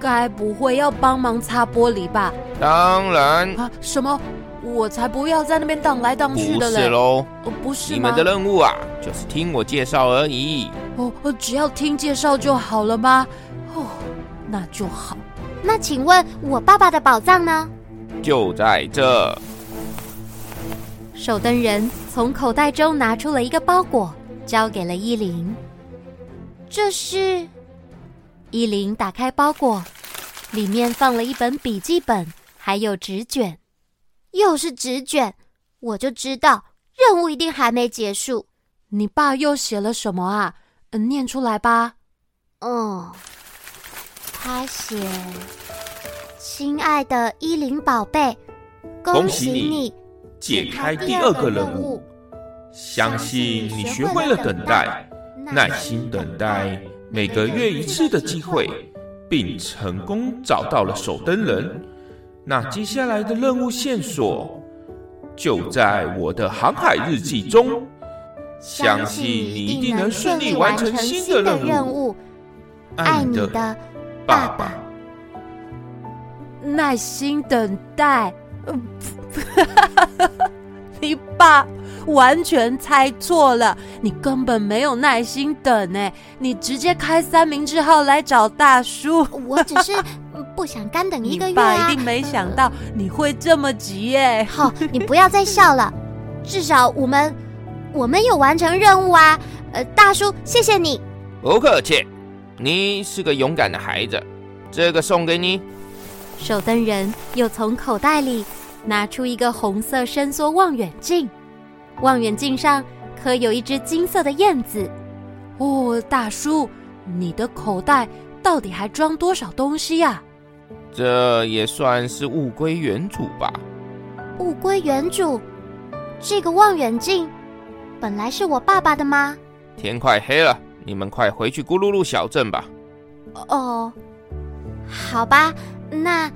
Speaker 5: 该不会要帮忙擦玻璃吧？
Speaker 15: 当然
Speaker 5: 啊！什么？我才不要在那边荡来荡去的嘞！
Speaker 15: 不是喽、
Speaker 5: 呃，不是
Speaker 15: 你们的任务啊，就是听我介绍而已。
Speaker 5: 哦，只要听介绍就好了吗？哦，那就好。
Speaker 3: 那请问我爸爸的宝藏呢？
Speaker 15: 就在这。
Speaker 2: 守灯人从口袋中拿出了一个包裹，交给了依林。
Speaker 3: 这是
Speaker 2: 依林打开包裹，里面放了一本笔记本，还有纸卷。
Speaker 3: 又是纸卷，我就知道任务一定还没结束。
Speaker 5: 你爸又写了什么啊？呃、念出来吧。
Speaker 3: 嗯，他写：“亲爱的依林宝贝，
Speaker 15: 恭
Speaker 3: 喜
Speaker 15: 你。”
Speaker 3: 解
Speaker 15: 开
Speaker 3: 第
Speaker 15: 二
Speaker 3: 个
Speaker 15: 任
Speaker 3: 务，
Speaker 15: 相信你学会了等待，耐心等待每个月一次的机会，并成功找到了守灯人。那接下来的任务线索就在我的航海日记中，相信你一定能顺利完成新的任务。
Speaker 3: 爱你的
Speaker 15: 爸爸，
Speaker 5: 耐心等待。呃 你爸完全猜错了，你根本没有耐心等哎，你直接开三明治号来找大叔。
Speaker 3: 我只是不想干等一个月、啊。你
Speaker 5: 爸一定没想到你会这么急哎。
Speaker 3: 好，你不要再笑了，至少我们我们有完成任务啊。呃，大叔，谢谢你。
Speaker 15: 不客气，你是个勇敢的孩子，这个送给你。
Speaker 2: 守灯人又从口袋里拿出一个红色伸缩望远镜，望远镜上刻有一只金色的燕子。
Speaker 5: 哦，大叔，你的口袋到底还装多少东西呀、啊？
Speaker 15: 这也算是物归原主吧。
Speaker 3: 物归原主，这个望远镜本来是我爸爸的吗？
Speaker 15: 天快黑了，你们快回去咕噜噜小镇吧。
Speaker 2: 哦，好吧，那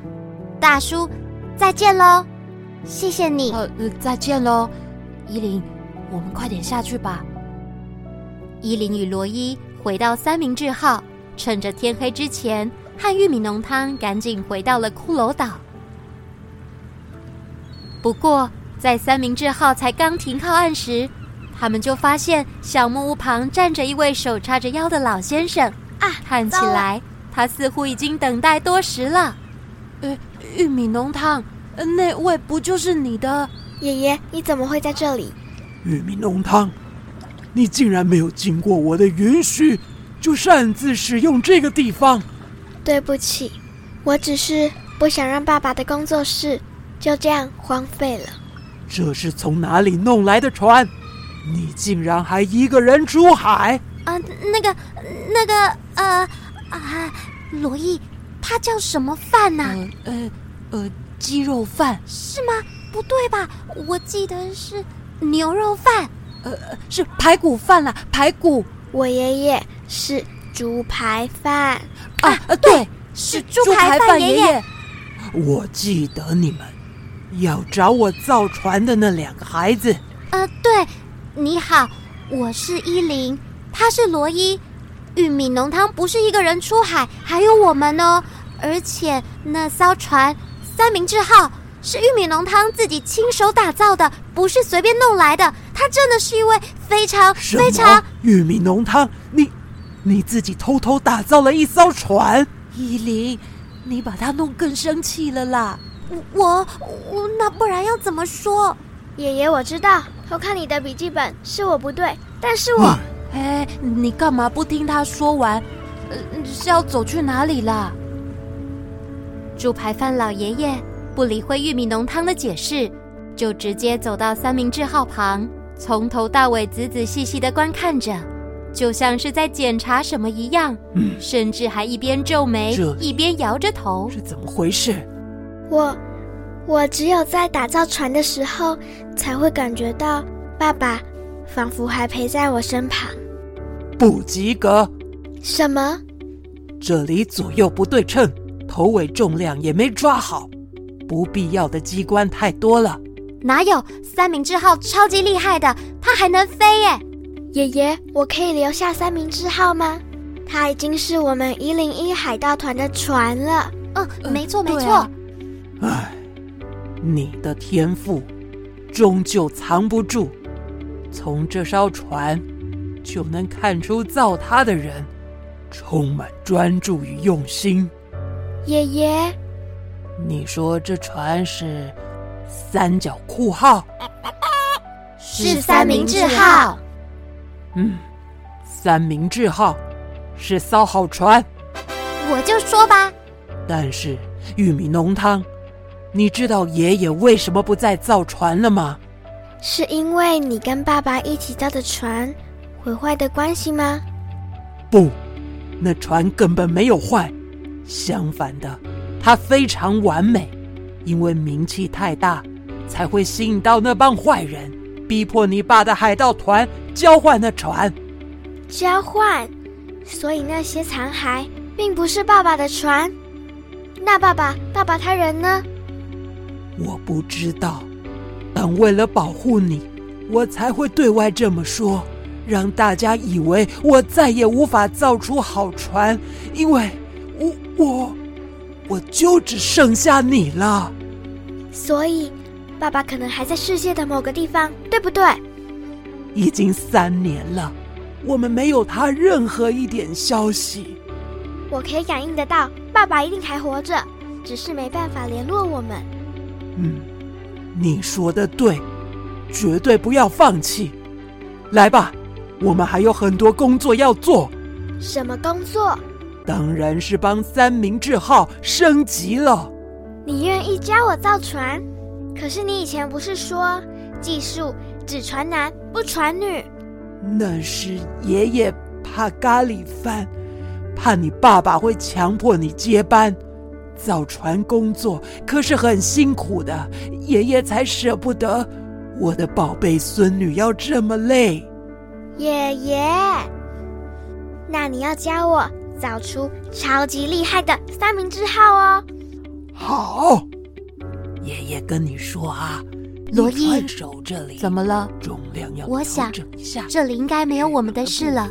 Speaker 2: 大叔再见喽，谢谢你。
Speaker 1: 哦
Speaker 5: 呃，呃再见喽，依琳，我们快点下去吧。
Speaker 1: 依琳与罗伊回到三明治号，趁着天黑之前，和玉米浓汤赶紧回到了骷髅岛。不过，在三明治号才刚停靠岸时，他们就发现小木屋旁站着一位手叉着腰的老先生
Speaker 2: 啊，
Speaker 1: 看起来他似乎已经等待多时了。
Speaker 16: 呃，玉米浓汤，呃、那位不就是你
Speaker 1: 啊
Speaker 16: 的
Speaker 3: 爷爷？你怎么会在这里？
Speaker 8: 玉米浓汤，你竟然没有经过我的允许就擅自使用这个地方！
Speaker 3: 对不起，我只是不想让爸爸的工作室就这样荒废了。
Speaker 8: 这是从哪里弄来的船？你竟然还一个人出海？
Speaker 2: 啊、呃，那个，那个，呃，啊，罗伊，他叫什么饭呐、啊？
Speaker 16: 呃，呃，鸡肉饭
Speaker 2: 是吗？不对吧？我记得是牛肉饭。
Speaker 16: 呃，是排骨饭啦，排骨。
Speaker 3: 我爷爷是猪排饭
Speaker 16: 啊，呃、啊，对，是猪排饭爷爷。
Speaker 8: 我记得你们要找我造船的那两个孩子。
Speaker 2: 呃，对。你好，我是依琳，他是罗伊。玉米浓汤不是一个人出海，还有我们哦。而且那艘船“三明治号”是玉米浓汤自己亲手打造的，不是随便弄来的。他真的是一位非常非常……
Speaker 8: 玉米浓汤，你你自己偷偷打造了一艘船？
Speaker 16: 依琳，你把他弄更生气了啦！
Speaker 2: 我我那不然要怎么说？
Speaker 3: 爷爷，我知道偷看你的笔记本是我不对，但是我……
Speaker 16: 哎，你干嘛不听他说完？呃，是要走去哪里啦？
Speaker 1: 猪排饭老爷爷不理会玉米浓汤的解释，就直接走到三明治号旁，从头到尾仔仔细细的观看着，就像是在检查什么一样，嗯、甚至还一边皱眉一边摇着头。
Speaker 8: 这怎么回事？
Speaker 3: 我。我只有在打造船的时候，才会感觉到爸爸仿佛还陪在我身旁。
Speaker 8: 不及格。
Speaker 3: 什么？
Speaker 8: 这里左右不对称，头尾重量也没抓好，不必要的机关太多了。
Speaker 2: 哪有？三明治号超级厉害的，它还能飞耶！
Speaker 3: 爷爷，我可以留下三明治号吗？它已经是我们一零一海盗团的船了。
Speaker 2: 嗯，没错，
Speaker 5: 啊
Speaker 2: 没错。
Speaker 8: 唉、啊。你的天赋终究藏不住，从这艘船就能看出造它的人充满专注与用心。
Speaker 3: 爷爷，
Speaker 8: 你说这船是三角裤号？
Speaker 2: 是三明治号。
Speaker 8: 嗯，三明治号是艘好船。
Speaker 2: 我就说吧。
Speaker 8: 但是玉米浓汤。你知道爷爷为什么不再造船了吗？
Speaker 3: 是因为你跟爸爸一起造的船毁坏的关系吗？
Speaker 8: 不，那船根本没有坏，相反的，它非常完美。因为名气太大，才会吸引到那帮坏人，逼迫你爸的海盗团交换那船。
Speaker 3: 交换，所以那些残骸并不是爸爸的船。那爸爸，爸爸他人呢？
Speaker 8: 我不知道，但为了保护你，我才会对外这么说，让大家以为我再也无法造出好船，因为我我我就只剩下你了。
Speaker 3: 所以，爸爸可能还在世界的某个地方，对不对？
Speaker 8: 已经三年了，我们没有他任何一点消息。
Speaker 3: 我可以感应得到，爸爸一定还活着，只是没办法联络我们。
Speaker 8: 嗯，你说的对，绝对不要放弃。来吧，我们还有很多工作要做。
Speaker 3: 什么工作？
Speaker 8: 当然是帮三明治号升级了。
Speaker 3: 你愿意教我造船？可是你以前不是说技术只传男不传女？
Speaker 8: 那是爷爷怕咖喱饭，怕你爸爸会强迫你接班。造船工作可是很辛苦的，爷爷才舍不得我的宝贝孙女要这么累。
Speaker 3: 爷爷，那你要教我找出超级厉害的三明治号哦。
Speaker 8: 好，爷爷跟你说啊，
Speaker 17: 罗伊，
Speaker 8: 手这里
Speaker 5: 怎么了？
Speaker 8: 重量要
Speaker 17: 我想
Speaker 8: 调整一下，
Speaker 17: 这里应该没有我们的事了，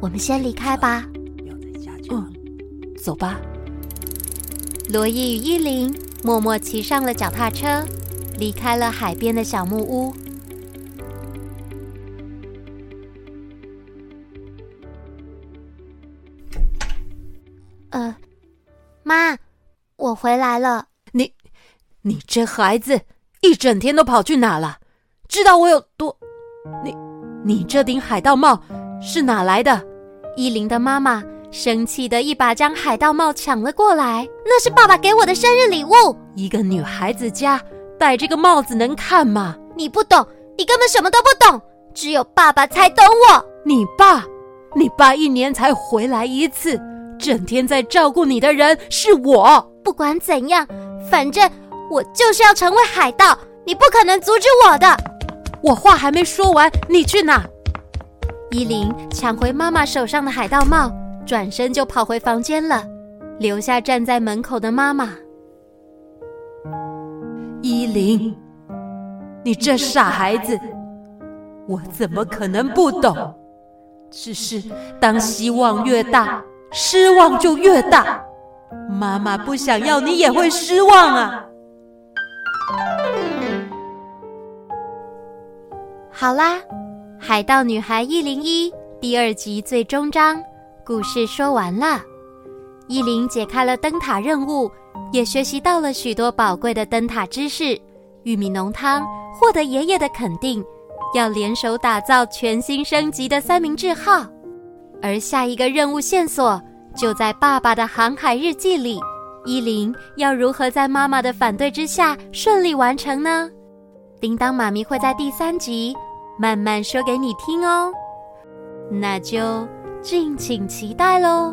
Speaker 17: 我们先离开吧。
Speaker 8: 要再下去。
Speaker 5: 嗯，走吧。
Speaker 2: 罗伊与伊琳默默骑上了脚踏车，离开了海边的小木屋。
Speaker 17: 呃，妈，我回来了。
Speaker 5: 你，你这孩子一整天都跑去哪了？知道我有多……你，你这顶海盗帽是哪来的？
Speaker 2: 伊琳的妈妈生气的一把将海盗帽抢了过来。
Speaker 17: 那是爸爸给我的生日礼物。
Speaker 5: 一个女孩子家戴这个帽子能看吗？
Speaker 17: 你不懂，你根本什么都不懂，只有爸爸才懂我。
Speaker 5: 你爸，你爸一年才回来一次，整天在照顾你的人是我。
Speaker 17: 不管怎样，反正我就是要成为海盗，你不可能阻止我的。
Speaker 5: 我话还没说完，你去哪？
Speaker 2: 伊琳抢回妈妈手上的海盗帽，转身就跑回房间了，留下站在门口的妈妈。
Speaker 5: 伊琳，你这傻孩子，我怎么可能不懂？只是当希望越大，失望就越大。妈妈不想要你也会失望啊。
Speaker 2: 好啦。《海盗女孩一零一》第二集最终章，故事说完了。伊琳解开了灯塔任务，也学习到了许多宝贵的灯塔知识。玉米浓汤获得爷爷的肯定，要联手打造全新升级的三明治号。而下一个任务线索就在爸爸的航海日记里。伊琳要如何在妈妈的反对之下顺利完成呢？叮当妈咪会在第三集。慢慢说给你听哦，那就敬请期待喽。